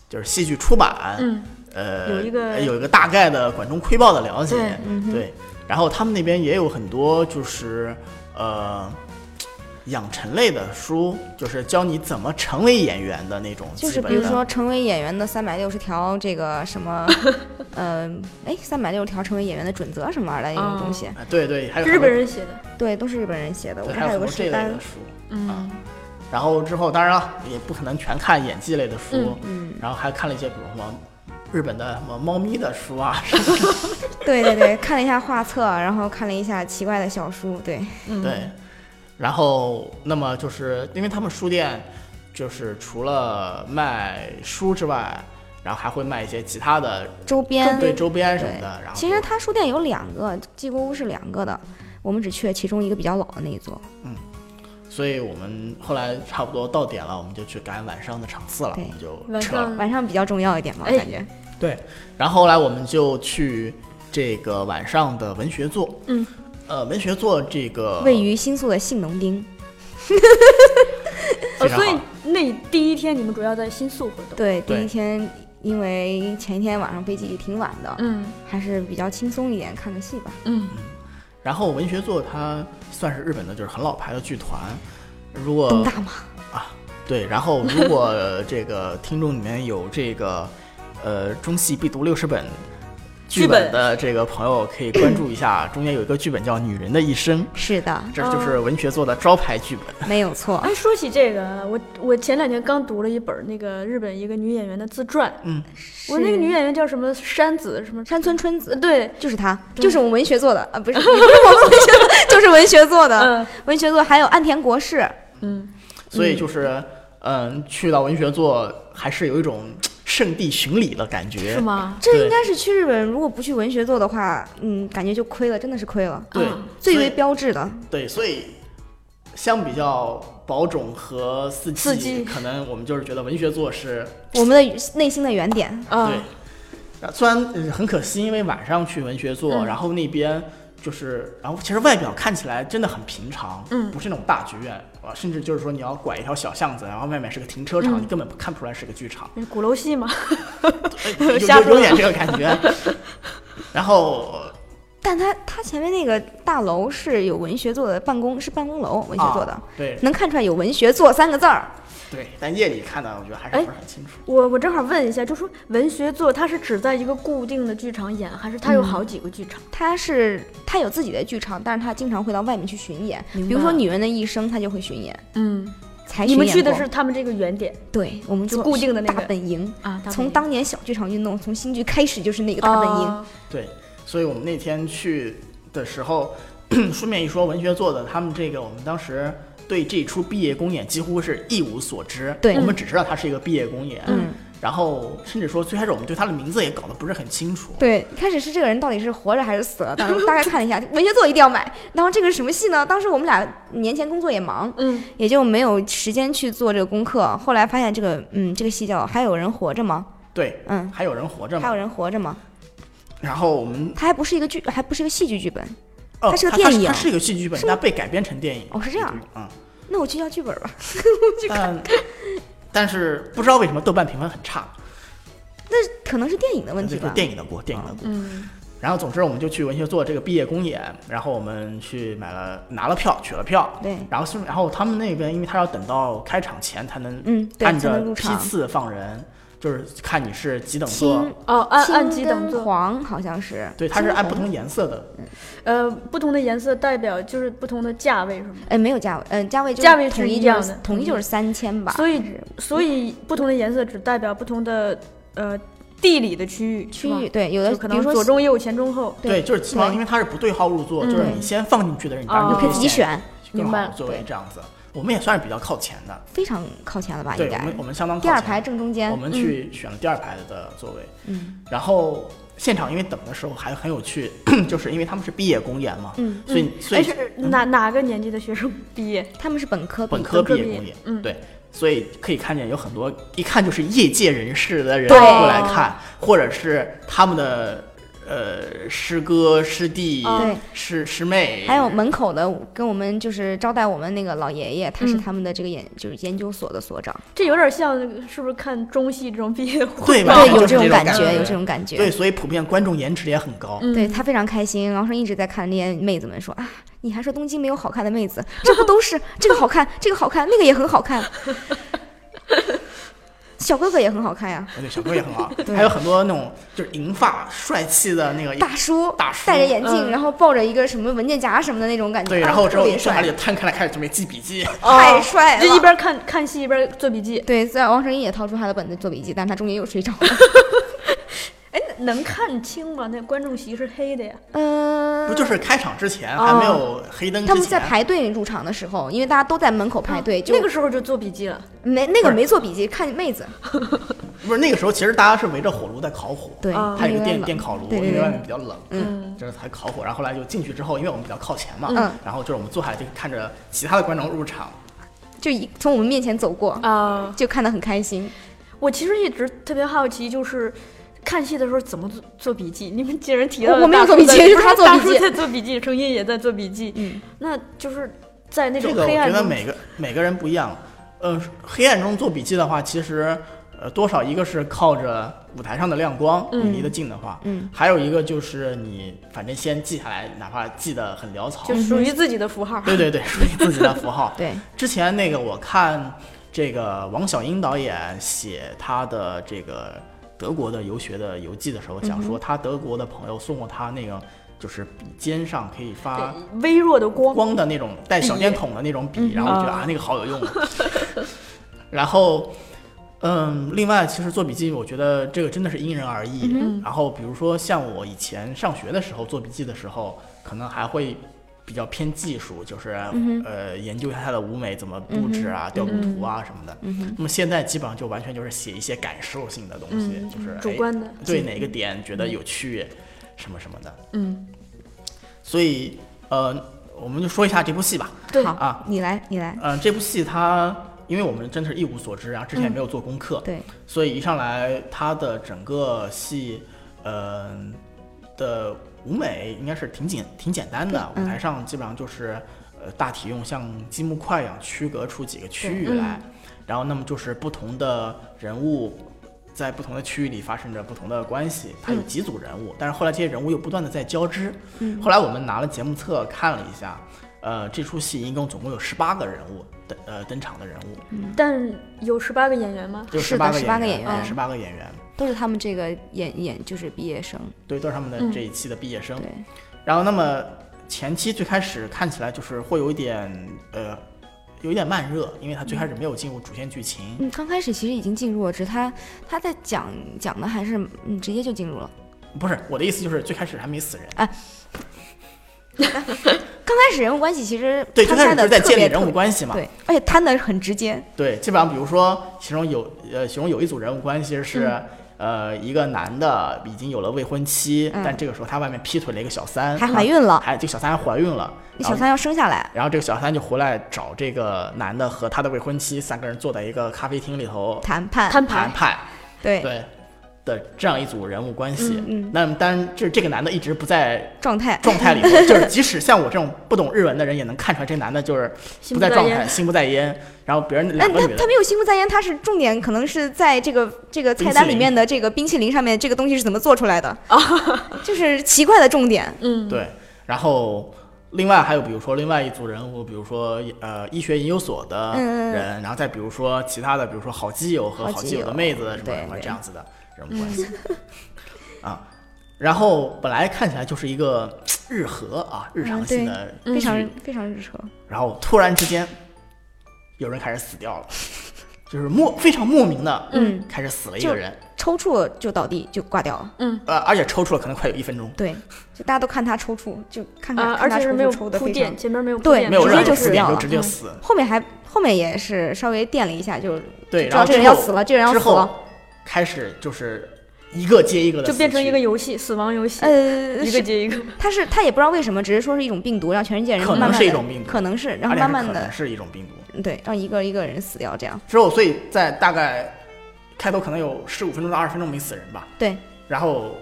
Speaker 4: 就是戏剧出版，
Speaker 2: 嗯，
Speaker 4: 呃，
Speaker 2: 有一个
Speaker 4: 呃有一个大概的管中窥豹的了解，
Speaker 2: 对嗯
Speaker 4: 对然后他们那边也有很多就是呃养成类的书，就是教你怎么成为演员的那种基
Speaker 3: 就是
Speaker 4: 本的，
Speaker 3: 比如说成为演员的三百六十条这个什 么，呃，哎，三百六十条成为演员的准则什么玩意儿的那种东西，
Speaker 4: 啊，对对，还有
Speaker 2: 日本人写的，
Speaker 3: 对，都是日本人写的。我
Speaker 4: 对
Speaker 3: 们
Speaker 4: 还
Speaker 3: 还
Speaker 4: 有
Speaker 3: 有
Speaker 4: 很
Speaker 3: 个
Speaker 4: 多这
Speaker 3: 书
Speaker 4: 类
Speaker 3: 单
Speaker 4: 的，书，嗯。然后之后，当然了，也不可能全看演技类的书，嗯，然后还看了一些，比如什么日本的什么猫咪的 书啊，
Speaker 3: 对对对，看了一下画册，然后看了一下奇怪的小书，对，
Speaker 4: 对，然后那么就是因为他们书店就是除了卖书之外，然后还会卖一些其他的
Speaker 3: 周边
Speaker 4: 对周边什么
Speaker 3: 对
Speaker 4: 的。然后
Speaker 3: 其实他书店有两个，纪国屋是两个的，我们只去了其中一个比较老的那一座。
Speaker 4: 所以我们后来差不多到点了，我们就去赶晚上的场次了，我
Speaker 3: 对
Speaker 4: 们就
Speaker 2: 晚
Speaker 4: 撤了。
Speaker 2: 上
Speaker 3: 晚上比较重要一点嘛，
Speaker 2: 哎
Speaker 3: 感觉。
Speaker 4: 对，然后后来我们就去这个晚上的文学座，
Speaker 2: 嗯，
Speaker 4: 呃，文学座这个
Speaker 3: 位于新宿的信浓町，
Speaker 4: 嗯非
Speaker 2: 呃，
Speaker 4: 常好
Speaker 2: 所以那第一天你们主要在新宿活动。
Speaker 3: 对，第
Speaker 4: 对
Speaker 3: 一天因为前一天晚上飞机挺晚的，
Speaker 2: 嗯
Speaker 3: 还是比较轻松一点，看个戏吧。
Speaker 2: 嗯，
Speaker 4: 然后文学座它算是日本的就是很老牌的剧团，如果
Speaker 3: 东大嘛，
Speaker 4: 对，然后如果这个听众里面有这个呃中戏必读六十本剧本的这个朋友可以关注一下，中间有一个剧本叫《女人的一生》，
Speaker 3: 是的，
Speaker 4: 这就是文学做的招牌剧本。
Speaker 3: 没有错。
Speaker 2: 哎，说起这个，我我前两天刚读了一本那个日本一个女演员的自传，
Speaker 4: 嗯
Speaker 2: 我那个女演员叫什么 山子什么，
Speaker 3: 山村春子，
Speaker 2: 对，
Speaker 3: 就是她，就是我们文学做的啊，不是，也 不是我们文学做的， 就是文学做的，
Speaker 2: 嗯
Speaker 3: 文学做还有岸田国士，
Speaker 4: 所以就是，嗯，去到文学座还是有一种圣地巡礼的感觉，
Speaker 2: 是？吗？
Speaker 3: 这
Speaker 4: 对
Speaker 3: 应该是去日本，如果不去文学做的话，嗯，感觉就亏了，真的是亏了，
Speaker 4: 对，
Speaker 3: 最
Speaker 4: 所
Speaker 3: 为
Speaker 4: 以
Speaker 3: 标志的，
Speaker 4: 对，所以相比较宝冢和四季，
Speaker 2: 四季
Speaker 4: 可能我们就是觉得文学座是、
Speaker 3: 我们的内心的原点，
Speaker 2: 啊
Speaker 4: 对。啊虽然呃很可惜，因为晚上去文学座，然后那边就是，然后其实外表看起来真的很平常，嗯，不是那种大剧院啊，甚至就是说你要拐一条小巷子，然后外面是个停车场，你根本看不出来是个剧场。
Speaker 2: 那是鼓楼戏嘛，
Speaker 4: 有有
Speaker 2: 瞎说
Speaker 4: 有点这个感觉。 然后
Speaker 3: 但他他前面那个大楼是有文学做的办公，是办公楼，文学做的，
Speaker 4: 啊对
Speaker 3: 能看出来有文学做三个字儿，
Speaker 4: 对，但夜里看的我觉得还是
Speaker 2: 哎
Speaker 4: 不是很清楚。
Speaker 2: 我我正好问一下，就说文学作它是只在一个固定的剧场演，还是它
Speaker 3: 嗯
Speaker 2: 有好几个剧场？
Speaker 3: 他是他有自己的剧场，但是他经常会到外面去巡演，
Speaker 2: 明白
Speaker 3: 比如说《女人的一生》，他就会巡演，
Speaker 2: 嗯，
Speaker 3: 才
Speaker 2: 你
Speaker 3: 巡
Speaker 2: 们
Speaker 3: 演
Speaker 2: 去的
Speaker 3: 过
Speaker 2: 是他们这个原点
Speaker 3: 对，我们
Speaker 2: 就
Speaker 3: 做
Speaker 2: 固定的那
Speaker 3: 大
Speaker 2: 个
Speaker 3: 本营，
Speaker 2: 啊，大
Speaker 3: 从
Speaker 2: 本
Speaker 3: 当年小剧场运动，从新剧开始就是那个
Speaker 2: 营
Speaker 3: 大本营。
Speaker 2: 啊
Speaker 4: 对，所以我们那天去的时候， 顺便一说，文学做的他们这个，我们当时对这出毕业公演几乎是一无所知。
Speaker 3: 对
Speaker 4: 我们只知道它是一个毕业公演。
Speaker 3: 嗯。
Speaker 4: 然后，甚至说最开始我们对他的名字也搞得不是很清楚。
Speaker 3: 对，一开始是这个人到底是活着还是死了？当时我大概看了一下， 文学作一定要买。然后这个是什么戏呢？当时我们俩年前工作也忙，
Speaker 2: 嗯，
Speaker 3: 也就没有时间去做这个功课。后来发现这个，嗯，这个戏叫《还有人活着吗
Speaker 4: 对，
Speaker 3: 嗯
Speaker 4: 还有人活着》，
Speaker 3: 还
Speaker 4: 嘛？
Speaker 3: 有人活着吗？
Speaker 4: 然后我们，
Speaker 3: 它还不是一个剧，还不是一个戏剧剧本。
Speaker 4: 哦，
Speaker 3: 它是个
Speaker 4: 它
Speaker 3: 电影
Speaker 4: 它是一个戏剧本，但被改编成电影。
Speaker 3: 哦是这样。
Speaker 4: 嗯，
Speaker 3: 那我去要剧本吧。
Speaker 4: 但但是不知道为什么豆瓣评分很差。
Speaker 3: 那可能是电影的问
Speaker 4: 这
Speaker 3: 题吧。
Speaker 4: 个呃
Speaker 3: 嗯
Speaker 4: 电影的锅，电影的锅。然后，总之我们就去文学座这个毕业公演，然后我们去买了拿了票，取了票。
Speaker 3: 对
Speaker 4: 然后是，然后他们那边，因为他要等到开场前才能，
Speaker 3: 嗯对
Speaker 4: 按
Speaker 3: 才
Speaker 4: 着
Speaker 3: 能入
Speaker 4: 批
Speaker 3: 场
Speaker 4: 次放人，就是看你是几等座
Speaker 3: 青。
Speaker 2: 哦，按按
Speaker 3: 青
Speaker 2: 几
Speaker 3: 跟
Speaker 2: 等座，
Speaker 3: 黄好像是。
Speaker 4: 对，它是按
Speaker 3: 青
Speaker 4: 不
Speaker 3: 红
Speaker 4: 同颜色的，
Speaker 2: 呃，不同的颜色代表就是不同的价位，是吗？
Speaker 3: 呃，没有价位，嗯、价位就是
Speaker 2: 价位是
Speaker 3: 统一
Speaker 2: 一
Speaker 3: 就
Speaker 2: 样
Speaker 3: 是
Speaker 2: 的
Speaker 3: 统一就是三千吧。
Speaker 2: 所以
Speaker 3: 还是
Speaker 2: 所以不同的颜色只代表不同的呃地理的区域，是
Speaker 3: 区
Speaker 2: 吗
Speaker 3: 域对，有的
Speaker 2: 就可
Speaker 3: 比
Speaker 2: 能
Speaker 3: 如说
Speaker 2: 左中右前中后。
Speaker 4: 对，就是基本上，因为它是不对号入座，就是
Speaker 3: 对
Speaker 4: 你先放进去的人，你当然
Speaker 2: 哦
Speaker 4: 就
Speaker 3: 可以
Speaker 4: 以
Speaker 3: 自己选，
Speaker 4: 更
Speaker 2: 明白
Speaker 4: 好的
Speaker 2: 了
Speaker 4: 座位
Speaker 3: 对
Speaker 4: 这样子。我们也算是比较靠前的，
Speaker 3: 非常靠前了吧？啊应
Speaker 4: 对我
Speaker 3: 该
Speaker 4: 们我们相当靠
Speaker 3: 第二
Speaker 4: 前
Speaker 3: 排正中间
Speaker 4: 我。们去选了第二排的座位，
Speaker 3: 嗯，
Speaker 4: 然后现场因为等的时候还很有趣， 就是因为他们是毕业公演嘛，
Speaker 3: 嗯，
Speaker 4: 所以所以
Speaker 2: 哎是哪哪个年级的学生 毕业？
Speaker 3: 他们是本科
Speaker 4: 本
Speaker 3: 毕
Speaker 4: 科
Speaker 3: 业
Speaker 4: 毕
Speaker 2: 科
Speaker 4: 业
Speaker 2: 毕业
Speaker 4: 公演，
Speaker 2: 嗯
Speaker 4: 对，所以可以看见有很多一看就是业界人士的人
Speaker 3: 对
Speaker 4: 过来看，或者是他们的呃师哥师弟、
Speaker 3: 哦对
Speaker 4: 师师妹，
Speaker 3: 还有门口的跟我们就是招待我们那个老爷爷，他是
Speaker 2: 嗯
Speaker 3: 他们的这个研就是研究所的所长，
Speaker 2: 这有点像那个，是不是看中戏这种毕业活
Speaker 4: 对
Speaker 2: 动？
Speaker 4: 吧？
Speaker 3: 对，有
Speaker 4: 就
Speaker 3: 这种
Speaker 4: 是这
Speaker 3: 感
Speaker 4: 觉，
Speaker 3: 有这种感觉。
Speaker 4: 对，所以普遍观众颜值也很高。
Speaker 3: 对他非常开心，然后说一直在看那些妹子们说啊，你还说东京没有好看的妹子，这不都是这个好看，这个好看，那个也很好看， 小哥哥也很好看呀，
Speaker 4: 对，小哥也 很好，还有很多那种就是银发帅气的那个
Speaker 3: 大叔，
Speaker 4: 大叔
Speaker 3: 戴着眼镜，
Speaker 2: 嗯
Speaker 3: 然后抱着一个什么文件夹什么的那种感觉，
Speaker 4: 对，
Speaker 3: 啊
Speaker 4: 然后之
Speaker 3: 特
Speaker 4: 后
Speaker 3: 别
Speaker 4: 坐下
Speaker 3: 帅
Speaker 4: 来，就摊开来开始准备记笔记，
Speaker 3: 太帅
Speaker 2: 就一
Speaker 3: 了。
Speaker 2: 边看看戏一边做笔记，
Speaker 3: 对，虽然王成英也掏出他的本子做笔记，但他中间又睡着了。
Speaker 2: 哎能看清吗？那观众席是黑的呀。
Speaker 3: 嗯、哦
Speaker 4: 不就是开场之前还没有黑灯之前，
Speaker 3: 他们在排队入场的时候，因为大家都在门口排哎队，就
Speaker 2: 那个时候就做笔记了。
Speaker 3: 没那
Speaker 4: 不
Speaker 3: 个
Speaker 4: 是
Speaker 3: 没做笔记，看妹子。
Speaker 4: 不是那个时候，其实大家是围着火炉在烤火，
Speaker 3: 对，
Speaker 2: 啊
Speaker 4: 还有一
Speaker 3: 因为
Speaker 4: 个电
Speaker 3: 冷
Speaker 4: 电烤炉，
Speaker 3: 对对
Speaker 4: 因为外
Speaker 3: 对
Speaker 4: 面比较冷，嗯，就是还烤火。然后后来就进去之后，因为我们比较靠前嘛，
Speaker 3: 嗯，
Speaker 4: 然后就是我们坐下来就看着其他的观众入场，
Speaker 3: 就一从我们面前走过，
Speaker 2: 啊、
Speaker 3: 就看得很开心。
Speaker 2: 我其实一直特别好奇，就是看戏的时候怎么做做笔记。你们既然提
Speaker 3: 我
Speaker 2: 到了
Speaker 3: 我没有
Speaker 2: 大
Speaker 3: 做
Speaker 2: 叔
Speaker 3: 笔记
Speaker 2: 在
Speaker 3: 就是他做
Speaker 2: 大
Speaker 3: 笔
Speaker 2: 叔
Speaker 3: 记。
Speaker 2: 在做笔记，程音也在做笔记。嗯， 那就是在那
Speaker 4: 这
Speaker 2: 种
Speaker 4: 个我
Speaker 2: 黑暗
Speaker 4: 觉得
Speaker 2: 中，
Speaker 4: 每个每个人不一样。呃，黑暗中做笔记的话，其实呃多少一个是靠着舞台上的亮光，你离得近的话，嗯，还有一个就是你反正先记下来，哪怕记得很潦草
Speaker 2: 就，属于自己的符号。
Speaker 4: 对对对，属于自己的符号
Speaker 3: 对，
Speaker 4: 之前那个我看这个王小英导演写他的这个德国的游学的游记的时候讲说，他德国的朋友送过他那个就是笔尖上可以发
Speaker 2: 微弱的光，
Speaker 4: 光的那种带小电筒的那种笔，然后我觉得
Speaker 2: 啊
Speaker 4: 啊那个好有用啊。然后，嗯，另外其实做笔记，我觉得这个真的是因人而
Speaker 2: 嗯
Speaker 4: 异。然后比如说像我以前上学的时候做笔记的时候，可能还会。比较偏技术，就是、
Speaker 2: 嗯
Speaker 4: 呃研究一下它的舞美怎么布置啊、调度图啊什么的。
Speaker 2: 嗯
Speaker 4: 那么现在基本上就完全就是写一些感受性的东西，就是
Speaker 2: 嗯主
Speaker 4: 哎
Speaker 2: 观的
Speaker 4: 对哪个点觉得有趣，什么什么的。
Speaker 5: 嗯，
Speaker 4: 所以呃，我们就说一下这部戏吧。
Speaker 3: 对
Speaker 4: 啊，
Speaker 3: 你来，你来，
Speaker 4: 嗯、这部戏它因为我们真的是一无所知，然啊后之前也没
Speaker 2: 嗯
Speaker 4: 有做功课，
Speaker 3: 对，
Speaker 4: 所以一上来它的整个戏，嗯、的舞美应该是挺简挺简单的，
Speaker 3: 嗯
Speaker 4: 舞台上基本上就是呃大体用像积木块一样区隔出几个区域
Speaker 3: 嗯
Speaker 4: 来，然后那么就是不同的人物。在不同的区域里发生着不同的关系，它有几组人物，但是后来这些人物又不断的在交织。
Speaker 3: 嗯
Speaker 4: 后来我们拿了节目册看了一下，呃，这出戏一共总共有十八个人物登呃登场的人物，
Speaker 2: 但有十八个演员吗？
Speaker 4: 就是十
Speaker 3: 嗯的
Speaker 4: 八个
Speaker 3: 18个
Speaker 4: 演
Speaker 3: 演员
Speaker 4: 十八个演员，
Speaker 3: 都是他们这个演演就是毕业生，
Speaker 4: 对，都是他们的这一期的毕业生。
Speaker 3: 嗯对，
Speaker 4: 然后那么前期最开始看起来就是会有一点呃。有一点慢热，因为它最开始没有进入主线剧情，
Speaker 3: 嗯，刚开始其实已经进入了，只是他他在讲讲的还是嗯直接就进入了。
Speaker 4: 不是我的意思，就是最开始还没死人，
Speaker 3: 刚开始人物关系其实
Speaker 4: 对，最
Speaker 3: 他
Speaker 4: 开
Speaker 3: 猜
Speaker 4: 始就
Speaker 3: 的
Speaker 4: 是在
Speaker 3: 特
Speaker 4: 建立
Speaker 3: 别
Speaker 4: 人物关系嘛，
Speaker 3: 对，而且摊的很直接，
Speaker 4: 对，基本上比如说，其中有呃，其中有一组人物关系是，
Speaker 3: 嗯
Speaker 4: 呃，一个男的已经有了未婚妻，
Speaker 3: 嗯
Speaker 4: 但这个时候他外面劈腿了一个小三，
Speaker 3: 还怀孕了
Speaker 4: 还这个小三还怀孕了，
Speaker 3: 那
Speaker 4: 然
Speaker 3: 小
Speaker 4: 后
Speaker 3: 三要生下来，
Speaker 4: 然后这个小三就回来找这个男的和他的未婚妻三个人坐在一个咖啡厅里头
Speaker 3: 谈判，
Speaker 2: 摊
Speaker 4: 谈
Speaker 2: 牌，
Speaker 4: 判，
Speaker 3: 对，
Speaker 4: 对的这样一组人物关系。
Speaker 3: 嗯嗯
Speaker 4: 那么当然，这这个男的一直不在
Speaker 3: 状态，
Speaker 4: 状态里头，就是即使像我这种不懂日文的人也能看出来，这男的就是
Speaker 2: 心
Speaker 4: 不
Speaker 2: 不
Speaker 4: 在
Speaker 2: 在
Speaker 4: 状
Speaker 2: 焉
Speaker 4: 态，心不在焉。然后别人
Speaker 3: 但
Speaker 4: 两个
Speaker 3: 哎他
Speaker 4: 女的
Speaker 3: 他没有心不在焉，他是重点可能是在这个这个菜单里面的这个冰淇淋上面，这个东西是怎么做出来的， 就是奇怪的重点。
Speaker 2: 哦嗯，
Speaker 4: 对，然后另外还有比如说另外一组人物，比如说呃医学研究所的
Speaker 3: 嗯嗯嗯
Speaker 4: 人，然后再比如说其他的，比如说好基友和
Speaker 3: 好
Speaker 4: 好
Speaker 3: 基
Speaker 4: 基友
Speaker 3: 友
Speaker 4: 的妹子什么
Speaker 3: 对
Speaker 4: 什么
Speaker 3: 对嗯
Speaker 4: 这样子的人物关系啊。然后本来看起来就是一个日和啊日常性的剧，
Speaker 3: 嗯非常非常日常，
Speaker 4: 然后突然之间有人开始死掉了，就是莫非常莫名的，
Speaker 3: 嗯，
Speaker 4: 开始死了一
Speaker 3: 就
Speaker 4: 个人，
Speaker 3: 抽搐就倒地就挂掉了。
Speaker 4: 呃，而且抽搐了可能快有一分钟，
Speaker 3: 对，就大家都看他抽搐，就看看
Speaker 2: 啊，
Speaker 3: 看
Speaker 2: 而
Speaker 3: 他
Speaker 2: 且
Speaker 3: 抽
Speaker 2: 是没有
Speaker 3: 搐抽的
Speaker 2: 铺
Speaker 3: 非常
Speaker 2: 垫，。前面没有铺
Speaker 3: 对
Speaker 2: 垫
Speaker 4: 没有
Speaker 3: 直
Speaker 4: 让
Speaker 3: 接
Speaker 4: 人
Speaker 3: 就
Speaker 4: 死
Speaker 3: 死
Speaker 4: 点
Speaker 3: 掉
Speaker 4: 就
Speaker 3: 了
Speaker 4: 直接
Speaker 3: 嗯
Speaker 4: 死，
Speaker 3: 后面还后面也是稍微垫了一下，就
Speaker 4: 对，
Speaker 3: 知
Speaker 4: 然
Speaker 3: 道
Speaker 4: 后
Speaker 3: 这个人
Speaker 4: 之
Speaker 3: 要
Speaker 4: 后
Speaker 3: 死了，这个人要
Speaker 4: 之
Speaker 3: 死了
Speaker 4: 后。开始就是一个接一个的，
Speaker 2: 就变成一个。游戏，死亡游戏，
Speaker 3: 呃，
Speaker 2: 一个接一个。
Speaker 3: 他是他也不知道为什么，只是说是一种病毒，让全世界人
Speaker 4: 可能
Speaker 3: 慢慢地
Speaker 4: 是一种病毒
Speaker 3: 可能是，然
Speaker 4: 而
Speaker 3: 后
Speaker 4: 且
Speaker 3: 慢
Speaker 4: 是
Speaker 3: 慢
Speaker 4: 可
Speaker 3: 的
Speaker 4: 能是一种病毒
Speaker 3: 对，让一个一个人死掉这样。
Speaker 4: 之后，所以在大概开头可能有十五分钟到二十分钟没死人吧。
Speaker 3: 对，
Speaker 4: 然后，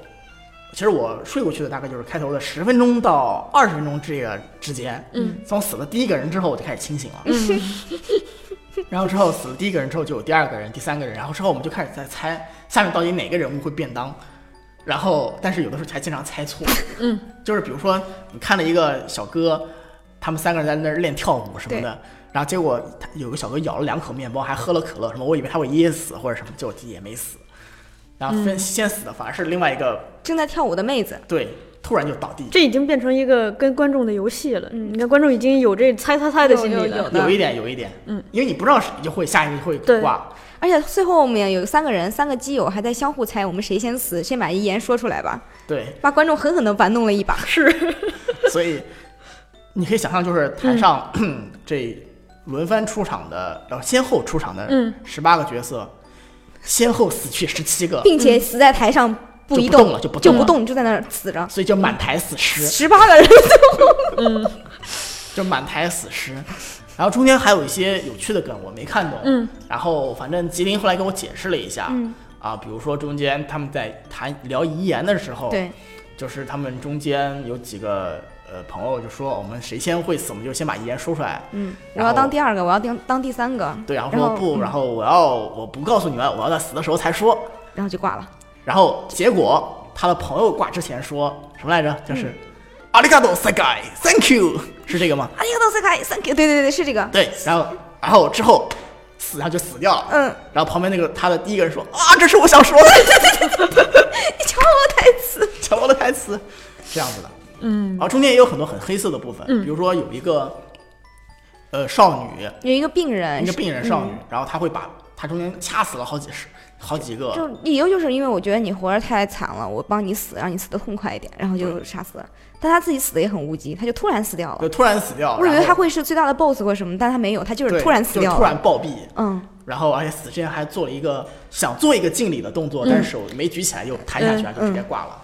Speaker 4: 其实我睡过去的大概就是开头的十分钟到二十分钟这个之间。
Speaker 2: 嗯，
Speaker 4: 从死了第一个人之后，我就开始清醒了。 然后之后死了第一个人之后，就有第二个人、第三个人，然后之后我们就开始在猜下面到底哪个人物会便当。然后，但是有的时候还经常猜错。嗯，就是比如说你看了一个小哥，他们三个人在那儿练跳舞什么的。然后结果他有个小哥咬了两口面包，还喝了可乐，什么我以为他会噎死或者什么，结果也没死。然后分先死的反而是另外一个
Speaker 3: 正在跳舞的妹子，
Speaker 4: 对，突然就倒地，
Speaker 2: 这已经变成一个跟观众的游戏了。你看，观众已经有这猜猜猜的心理
Speaker 3: 嗯有有
Speaker 2: 了
Speaker 3: 有。
Speaker 4: 有一点有一点，嗯，因为你不知道是你就会下一个会
Speaker 2: 对
Speaker 4: 挂，
Speaker 3: 而且最后面有三个人，三个基友还在相互猜我们谁先死，先把遗言说出来吧，
Speaker 4: 对，
Speaker 3: 把观众狠狠的玩弄了一把。
Speaker 4: 所以你可以想象，就是台上、 这轮番出场的，然后先后出场的十八个角色，先后死去十七个，
Speaker 3: 并且死在台上不移
Speaker 4: 嗯就不动了就不动了
Speaker 3: 动，就在那儿死着。
Speaker 4: 所以就满台死尸。
Speaker 3: 十八个人，
Speaker 4: 就满台死尸。然后中间还有一些有趣的梗，我没看懂。嗯。然后反正吉林后来跟我解释了一下。嗯。啊，比如说中间他们在谈聊遗言的时候，
Speaker 3: 对，
Speaker 4: 就是他们中间有几个呃朋友就说我们谁先会死，我们就先把遗言说出来。嗯。
Speaker 3: 我
Speaker 4: 然
Speaker 3: 要
Speaker 4: 后
Speaker 3: 当第二个，我要当当第三个，
Speaker 4: 对，然后
Speaker 3: 然
Speaker 4: 说
Speaker 3: 后嗯
Speaker 4: 不，然后我要我不告诉你们，我要在死的时候才说。
Speaker 3: 然后就挂了。
Speaker 4: 然后结果他的朋友挂之前说什么来着？就是
Speaker 3: 嗯
Speaker 4: 阿里嘎多塞盖，Thank you，是这个吗？
Speaker 3: 啊，一个都是开，三个，对对对，是这个。
Speaker 4: 对，然后然后之后死，然后就死掉了。
Speaker 3: 嗯，
Speaker 4: 然后旁边那个他的第一个人说啊，这是我想说的，
Speaker 3: 你抢我的台词，
Speaker 4: 抢我的台词，这样子的。嗯，然后中间也有很多很黑色的部分，
Speaker 3: 嗯
Speaker 4: 比如说有一个呃少女，
Speaker 3: 有一个病人
Speaker 4: 一个
Speaker 3: 是，
Speaker 4: 病人少女，然后她会把她中间掐死了好几十好几个，
Speaker 3: 就理由就是因为我觉得你活着太惨了，我帮你死，让你死的痛快一点，然后就杀死了。但他自己死的也很无稽，他就突然死掉了。
Speaker 4: 就突然死掉。
Speaker 3: 我以为
Speaker 4: 然后
Speaker 3: 他会是最大的 BOSS 或什么，但他没有，他就是
Speaker 4: 对
Speaker 3: 突然死
Speaker 4: 就是
Speaker 3: 掉
Speaker 4: 突然
Speaker 3: 了。
Speaker 4: 暴毙。
Speaker 3: 嗯，
Speaker 4: 然后，而且死之前还做了一个想做一个敬礼的动作，但
Speaker 3: 嗯
Speaker 4: 是手没举起来就弹下去，就直接挂了。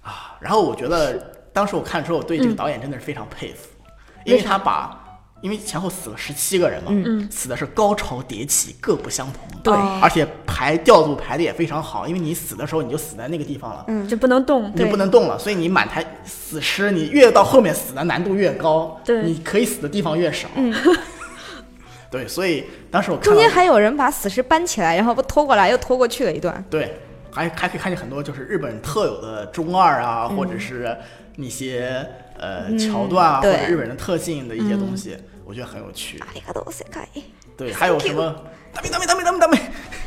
Speaker 4: 啊！然后我觉得当时我看的时候，我对这个
Speaker 3: 嗯
Speaker 4: 导演真的是非常佩服，因为他把，因为前后死了十七个人嘛，
Speaker 3: 嗯
Speaker 4: 死的是高潮迭起，各不相同。
Speaker 2: 对
Speaker 4: 而且排调度排的也非常好，因为你死的时候你就死在那个地方了，
Speaker 3: 嗯
Speaker 2: 就不能动。
Speaker 4: 你就不能动了，所以你满台死尸，你越到后面死的难度越高，
Speaker 2: 对
Speaker 4: 你可以死的地方越少。 对，所以当时我
Speaker 3: 嗯
Speaker 4: 看
Speaker 3: 中
Speaker 4: 到
Speaker 3: 间还有人把死尸搬起来，然后不拖过来又拖过去了一段。
Speaker 4: 对，还还可以看见很多就是日本特有的中二啊，或
Speaker 3: 嗯
Speaker 4: 者是那些呃桥段啊，或
Speaker 3: 对嗯啊
Speaker 4: 者日本人特性的一些东西，我觉得很有趣。
Speaker 3: 阿里嘎多塞盖，
Speaker 4: 对，还有什么？ダメダメダメダメダメ，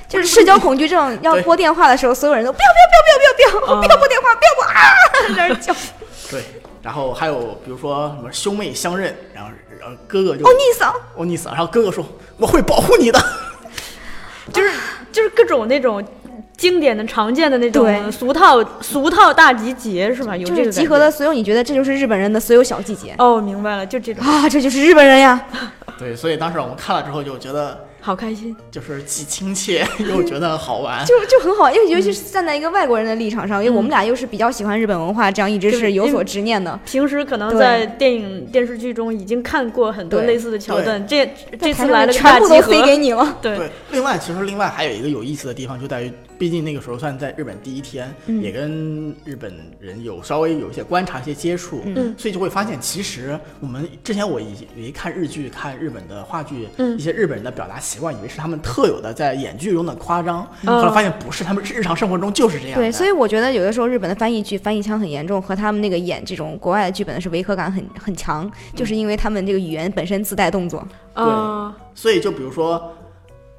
Speaker 3: 就是社交恐惧症，要
Speaker 4: 对
Speaker 3: 拨电话的时候，所有人都不要不要不要不要不要，不要拨电话，不要拨啊，在那儿 叫。
Speaker 4: 对，然后还有比如说什么兄妹相认，然后然后哥哥就
Speaker 3: 哦，逆嫂，
Speaker 4: 欧尼桑，然后哥哥说我会保护你的，
Speaker 2: 就是就是各种那种经典的、常见的那
Speaker 3: 对
Speaker 2: 种俗套俗套大集结是吧？有
Speaker 3: 就
Speaker 2: 这
Speaker 3: 是
Speaker 2: 个
Speaker 3: 集合
Speaker 2: 感
Speaker 3: 了
Speaker 2: 觉
Speaker 3: 所有你觉得这就是日本人的所有小细节
Speaker 2: 哦，明白了，就这种，
Speaker 3: 啊，这就是日本人呀。
Speaker 4: 对，所以当时我们看了之后就觉得
Speaker 2: 好开心。
Speaker 4: 就是既 亲切又觉得好玩。
Speaker 3: 就就很好，因为尤其是站在一个外国人的立场上，因为我们俩又是比较喜欢日本文化，这样一直
Speaker 2: 对
Speaker 3: 是有
Speaker 2: 因为
Speaker 3: 所执念的。
Speaker 2: 平时可能
Speaker 3: 对
Speaker 2: 在电影、电视剧中已经看过很多
Speaker 3: 对
Speaker 2: 类似的桥段，这这次
Speaker 3: 台上
Speaker 2: 来了个
Speaker 3: 全
Speaker 2: 大
Speaker 3: 部
Speaker 2: 集
Speaker 3: 都塞给
Speaker 2: 合，
Speaker 3: 你了，
Speaker 2: 对，
Speaker 4: 对，另外其实另外还有一个有意思的地方就在于，毕竟那个时候算在日本第一天，
Speaker 2: 嗯
Speaker 4: 也跟日本人有稍微有一些观察、一些接触，
Speaker 2: 嗯
Speaker 4: 所以就会发现，其实我们之前我以为看日剧、看日本的话剧，
Speaker 2: 嗯
Speaker 4: 一些日本人的表达习惯，以为是他们特有的在演剧中的夸张，
Speaker 2: 嗯
Speaker 4: 后来发现不是，他们日常生活中 就是这样的。
Speaker 3: 对，所以我觉得有的时候日本的翻译剧翻译腔很严重，和他们那个演这种国外的剧本的是违和感很很强，就是因为他们这个语言本身自带动作。
Speaker 2: 啊，
Speaker 4: 所以就比如说，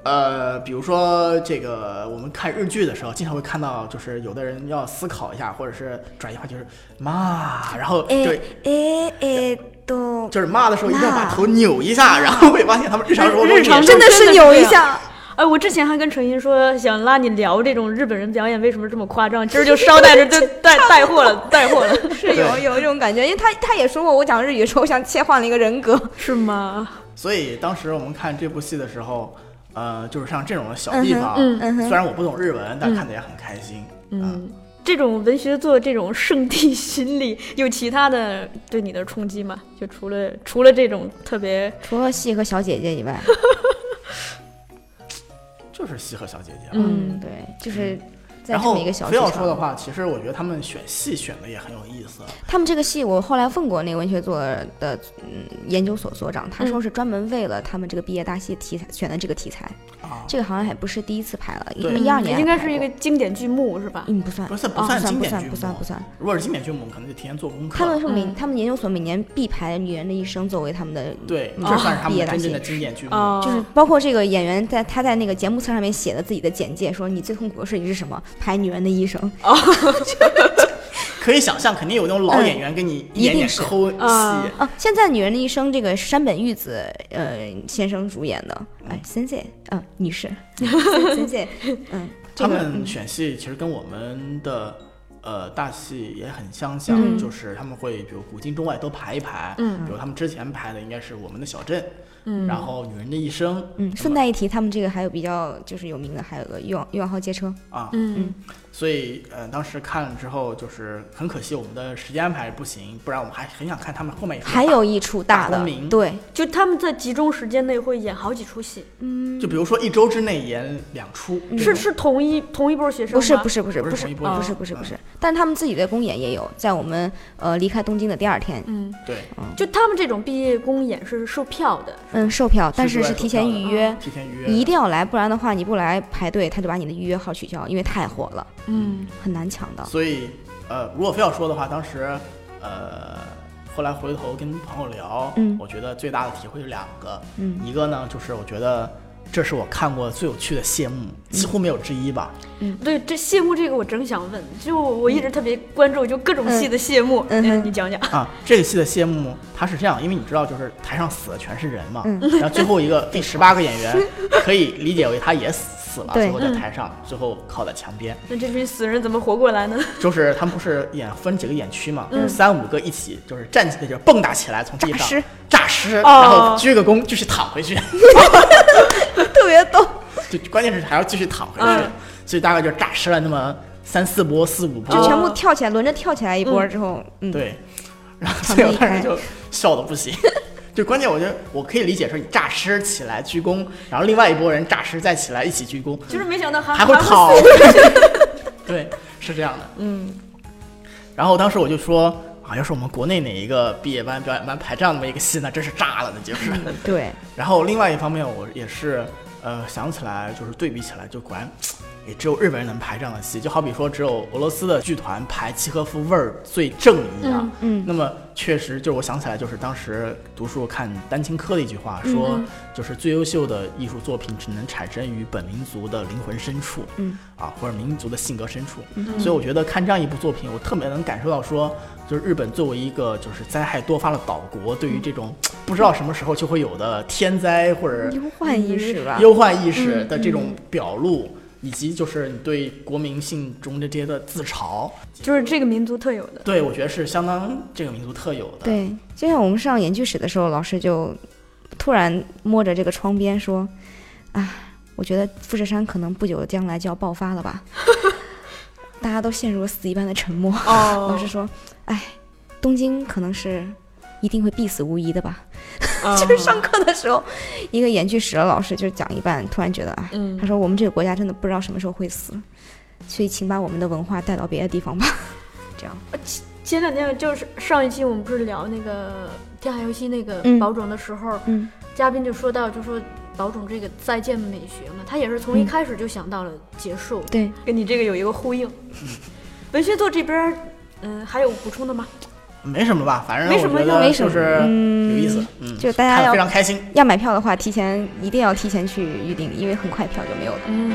Speaker 4: 呃，比如说这个我们看日剧的时候，经常会看到，就是有的人要思考一下，或者是转移话，就是妈，然后就、
Speaker 3: 哎哎，都
Speaker 4: 就是骂的时候一定要把
Speaker 3: 妈
Speaker 4: 头扭一下，然后会发现他们日常生活中
Speaker 2: 日常中
Speaker 4: 也
Speaker 3: 真的是扭一下，
Speaker 2: 哎，我之前还跟程音说想拉你聊这种日本人表演为什么这么夸张，今儿就捎带着就带带货了，带货了，
Speaker 3: 是有有这种感觉，因为他他也说过，我讲日语的时候像切换了一个人格。
Speaker 2: 是
Speaker 3: 啊
Speaker 2: 吗？
Speaker 4: 所以当时我们看这部戏的时候，呃，就是像这种小地方，
Speaker 3: 嗯哼嗯嗯哼
Speaker 4: 虽然我不懂日文，但看的也很开心。嗯，
Speaker 2: 这种文学作这种圣地巡礼， 有其他的对你的冲击吗？就除了除了这种特别
Speaker 3: 除了戏和小姐姐以外，
Speaker 4: 就是西河小姐姐嘛。
Speaker 3: 嗯，对，就是在
Speaker 4: 然
Speaker 3: 这么
Speaker 4: 后
Speaker 3: 一个小
Speaker 4: 非
Speaker 3: 剧
Speaker 4: 要
Speaker 3: 场。
Speaker 4: 说的话，其实我觉得他们选戏选的也很有意思。
Speaker 3: 他们这个戏，我后来问过那个文学作的嗯研究所所长，他
Speaker 2: 嗯
Speaker 3: 说是专门为了他们这个毕业大戏题材选的这个题材。
Speaker 4: 啊
Speaker 3: 这个好像还不是第一次拍了，一
Speaker 4: 对
Speaker 3: 一二年
Speaker 2: 嗯应该
Speaker 3: 还
Speaker 2: 是
Speaker 3: 拍
Speaker 2: 一
Speaker 3: 过
Speaker 2: 个，经典剧目是吧？
Speaker 3: 嗯，不算，
Speaker 4: 不算
Speaker 3: 啊不
Speaker 4: 算
Speaker 3: 算，
Speaker 4: 经
Speaker 3: 不
Speaker 4: 典剧
Speaker 3: 算，
Speaker 4: 目，
Speaker 3: 不算，不算。
Speaker 4: 如果是经典剧目，我们可能就提前做功课。
Speaker 3: 他们说每
Speaker 2: 嗯
Speaker 3: 他们研究所每年必排《女人的一生》作为他们的，
Speaker 4: 对，
Speaker 3: 嗯
Speaker 4: 这算是他
Speaker 3: 毕
Speaker 4: 们
Speaker 3: 业大
Speaker 4: 的真正
Speaker 3: 戏
Speaker 4: 的经典剧目。
Speaker 2: 啊，
Speaker 3: 就是包括这个演员在他在那个节目册上面写的自己的简介，说你最痛苦的事情是什么？排《女人的一生》。
Speaker 4: 可以想象，肯定有那种老演员给你
Speaker 3: 嗯
Speaker 4: 一点
Speaker 3: 一定
Speaker 4: 点
Speaker 3: 是
Speaker 4: 抠戏。
Speaker 2: 啊
Speaker 3: 啊，现在《女人的一生》这个山本裕子呃先生主演的，哎，森姐，嗯，女士，森姐，嗯，这
Speaker 4: 他
Speaker 3: 个
Speaker 4: 们
Speaker 3: 嗯
Speaker 4: 选戏其实跟我们的呃大戏也很相像，
Speaker 3: 嗯
Speaker 4: 就是他们会比如古今中外都排一排，
Speaker 2: 嗯
Speaker 4: 比如他们之前排的应该是我们的小镇，嗯，然后女人的一生，
Speaker 3: 嗯，顺带一提，他们这个还有比较就是有名的，还有个欲望欲望号街车，
Speaker 4: 啊，
Speaker 2: 嗯
Speaker 4: 所以呃当时看了之后就是很可惜我们的时间安排不行，不然我们还很想看他们后面有什么
Speaker 3: 还有一出大
Speaker 4: 大
Speaker 3: 的
Speaker 4: 公民，
Speaker 3: 对，
Speaker 2: 就他们在集中时间内会演好几出戏，
Speaker 4: 就比如说一周之内演两出，
Speaker 3: 嗯
Speaker 2: 是是同一同一波学生吗？
Speaker 3: 不是不是不是
Speaker 4: 不
Speaker 3: 不
Speaker 4: 是
Speaker 3: 是
Speaker 4: 同一
Speaker 3: 不
Speaker 4: 波
Speaker 3: 是
Speaker 4: 人
Speaker 3: 不是不
Speaker 4: 嗯
Speaker 3: 是，但是他们自己的公演也有，在我们呃离开东京的第二天，
Speaker 2: 嗯，
Speaker 4: 对，
Speaker 2: 就他们这种毕业公演是售票的，
Speaker 3: 嗯，售票，但是
Speaker 4: 对
Speaker 3: 是
Speaker 4: 售
Speaker 3: 提前
Speaker 4: 票的啊
Speaker 3: 预约。
Speaker 4: 提前预约，
Speaker 3: 你哎一定要来，不然的话你不来排队，他就把你的预约号取消，因为太火了，
Speaker 2: 嗯，
Speaker 3: 很难抢到。
Speaker 4: 所以，呃，如果非要说的话，当时，呃，后来回头跟朋友聊，
Speaker 3: 嗯
Speaker 4: 我觉得最大的体会有两个，
Speaker 3: 嗯
Speaker 4: 一个呢就是我觉得，这是我看过最有趣的谢幕，几乎没有之一吧。
Speaker 3: 嗯
Speaker 2: 嗯对，这谢幕这个我真想问，就我一直特别关注，就各种戏的谢幕，
Speaker 3: 嗯嗯哼
Speaker 2: 哎你讲讲。
Speaker 4: 啊，这个戏的谢幕它是这样，因为你知道，就是台上死的全是人
Speaker 3: 嗯
Speaker 4: 嘛，然后最后一个第十八个演 员可以理解为他也死了，
Speaker 3: 对嗯
Speaker 4: 最后在台上，最后靠在墙边，
Speaker 2: 那这群死人怎么活过来呢？
Speaker 4: 就是他们不是演分几个演区嘛，就是三五个一起就是站起来就是蹦跶起来从地
Speaker 3: 嗯诈
Speaker 4: 上
Speaker 3: 尸
Speaker 4: 诈尸，
Speaker 2: 哦
Speaker 4: 然后鞠个躬继续躺回去，
Speaker 3: 特别逗。
Speaker 4: 就关键是还要继续躺回去，
Speaker 3: 嗯
Speaker 4: 所以大概就诈尸了那么三四波四五波，
Speaker 3: 就全部跳起来，轮着跳起来一波之后，嗯，
Speaker 4: 对，然后
Speaker 3: 场
Speaker 4: 所以
Speaker 3: 地
Speaker 4: 我当时
Speaker 3: 开
Speaker 4: 就笑的不行。 就关键，我觉得我可以理解说你诈尸起来鞠躬，然后另外一拨人诈尸再起来一起鞠躬，
Speaker 2: 就是没想到还
Speaker 4: 还会
Speaker 2: 死
Speaker 4: 跑。 对，是这样的。嗯。然后当时我就说啊，要是我们国内哪一个毕业班、表演班排这样的一个戏，那真是炸了，那就是。
Speaker 3: 对，
Speaker 4: 然后另外一方面，我也是呃想起来，就是对比起来，就果然也只有日本人能排这样的戏，就好比说只有俄罗斯的剧团排契诃夫味儿最正一样。
Speaker 3: 嗯嗯
Speaker 4: 那么确实，就是我想起来，就是当时读书看丹青科的一句话，
Speaker 3: 嗯
Speaker 4: 说就是最优秀的艺术作品只能产生于本民族的灵魂深处，
Speaker 3: 嗯
Speaker 4: 啊或者民族的性格深处。所以我觉得看这样一部作品，我特别能感受到说，就是日本作为一个就是灾害多发的岛国，对于这种不知道什么时候就会有的天灾或者
Speaker 3: 忧患嗯意识吧，嗯
Speaker 4: 忧患意识的这种表露，以及就是你对国民性中的这些的自嘲，
Speaker 2: 就是这个民族特有的。
Speaker 4: 对我觉得是相当这个民族特有的。，
Speaker 3: 对，就像我们上研究室的时候，老师就突然摸着这个窗边说：“啊，我觉得富士山可能不久将来就要爆发了吧。”大家都陷入了死一般的沉默。 老
Speaker 2: 哦
Speaker 3: 师说：“哎，东京可能是一定会必死无疑的吧。”
Speaker 2: 就是上
Speaker 3: 上课的时候，一个演剧史的老师就讲一半，突然觉得，哎，他说我们这个国家真的不知道什么时候会死，所以请把我们的文化带到别的地方吧。这样，
Speaker 2: 前两天就是上一期我们不是聊那个《天海游戏》那个
Speaker 3: 嗯
Speaker 2: 宝冢的时候，
Speaker 3: 嗯
Speaker 2: 嘉宾就说到，就说宝冢这个再见美学嘛，他也是从一开始就想到了结束，
Speaker 3: 嗯对，
Speaker 2: 跟你这个有一个呼应。文学座这边儿，嗯，还有补充的吗？
Speaker 4: 没什么吧，反正
Speaker 2: 没什么
Speaker 4: 我觉
Speaker 2: 就
Speaker 4: 得
Speaker 3: 没什
Speaker 4: 就
Speaker 3: 么
Speaker 4: 是有意思，嗯，
Speaker 3: 就大
Speaker 4: 看
Speaker 3: 家
Speaker 4: 得非
Speaker 3: 要
Speaker 4: 常开心。
Speaker 3: 要买票的话，提前一定要提前去预定，因为很快票就没有了。
Speaker 2: 嗯，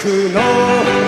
Speaker 1: 僕の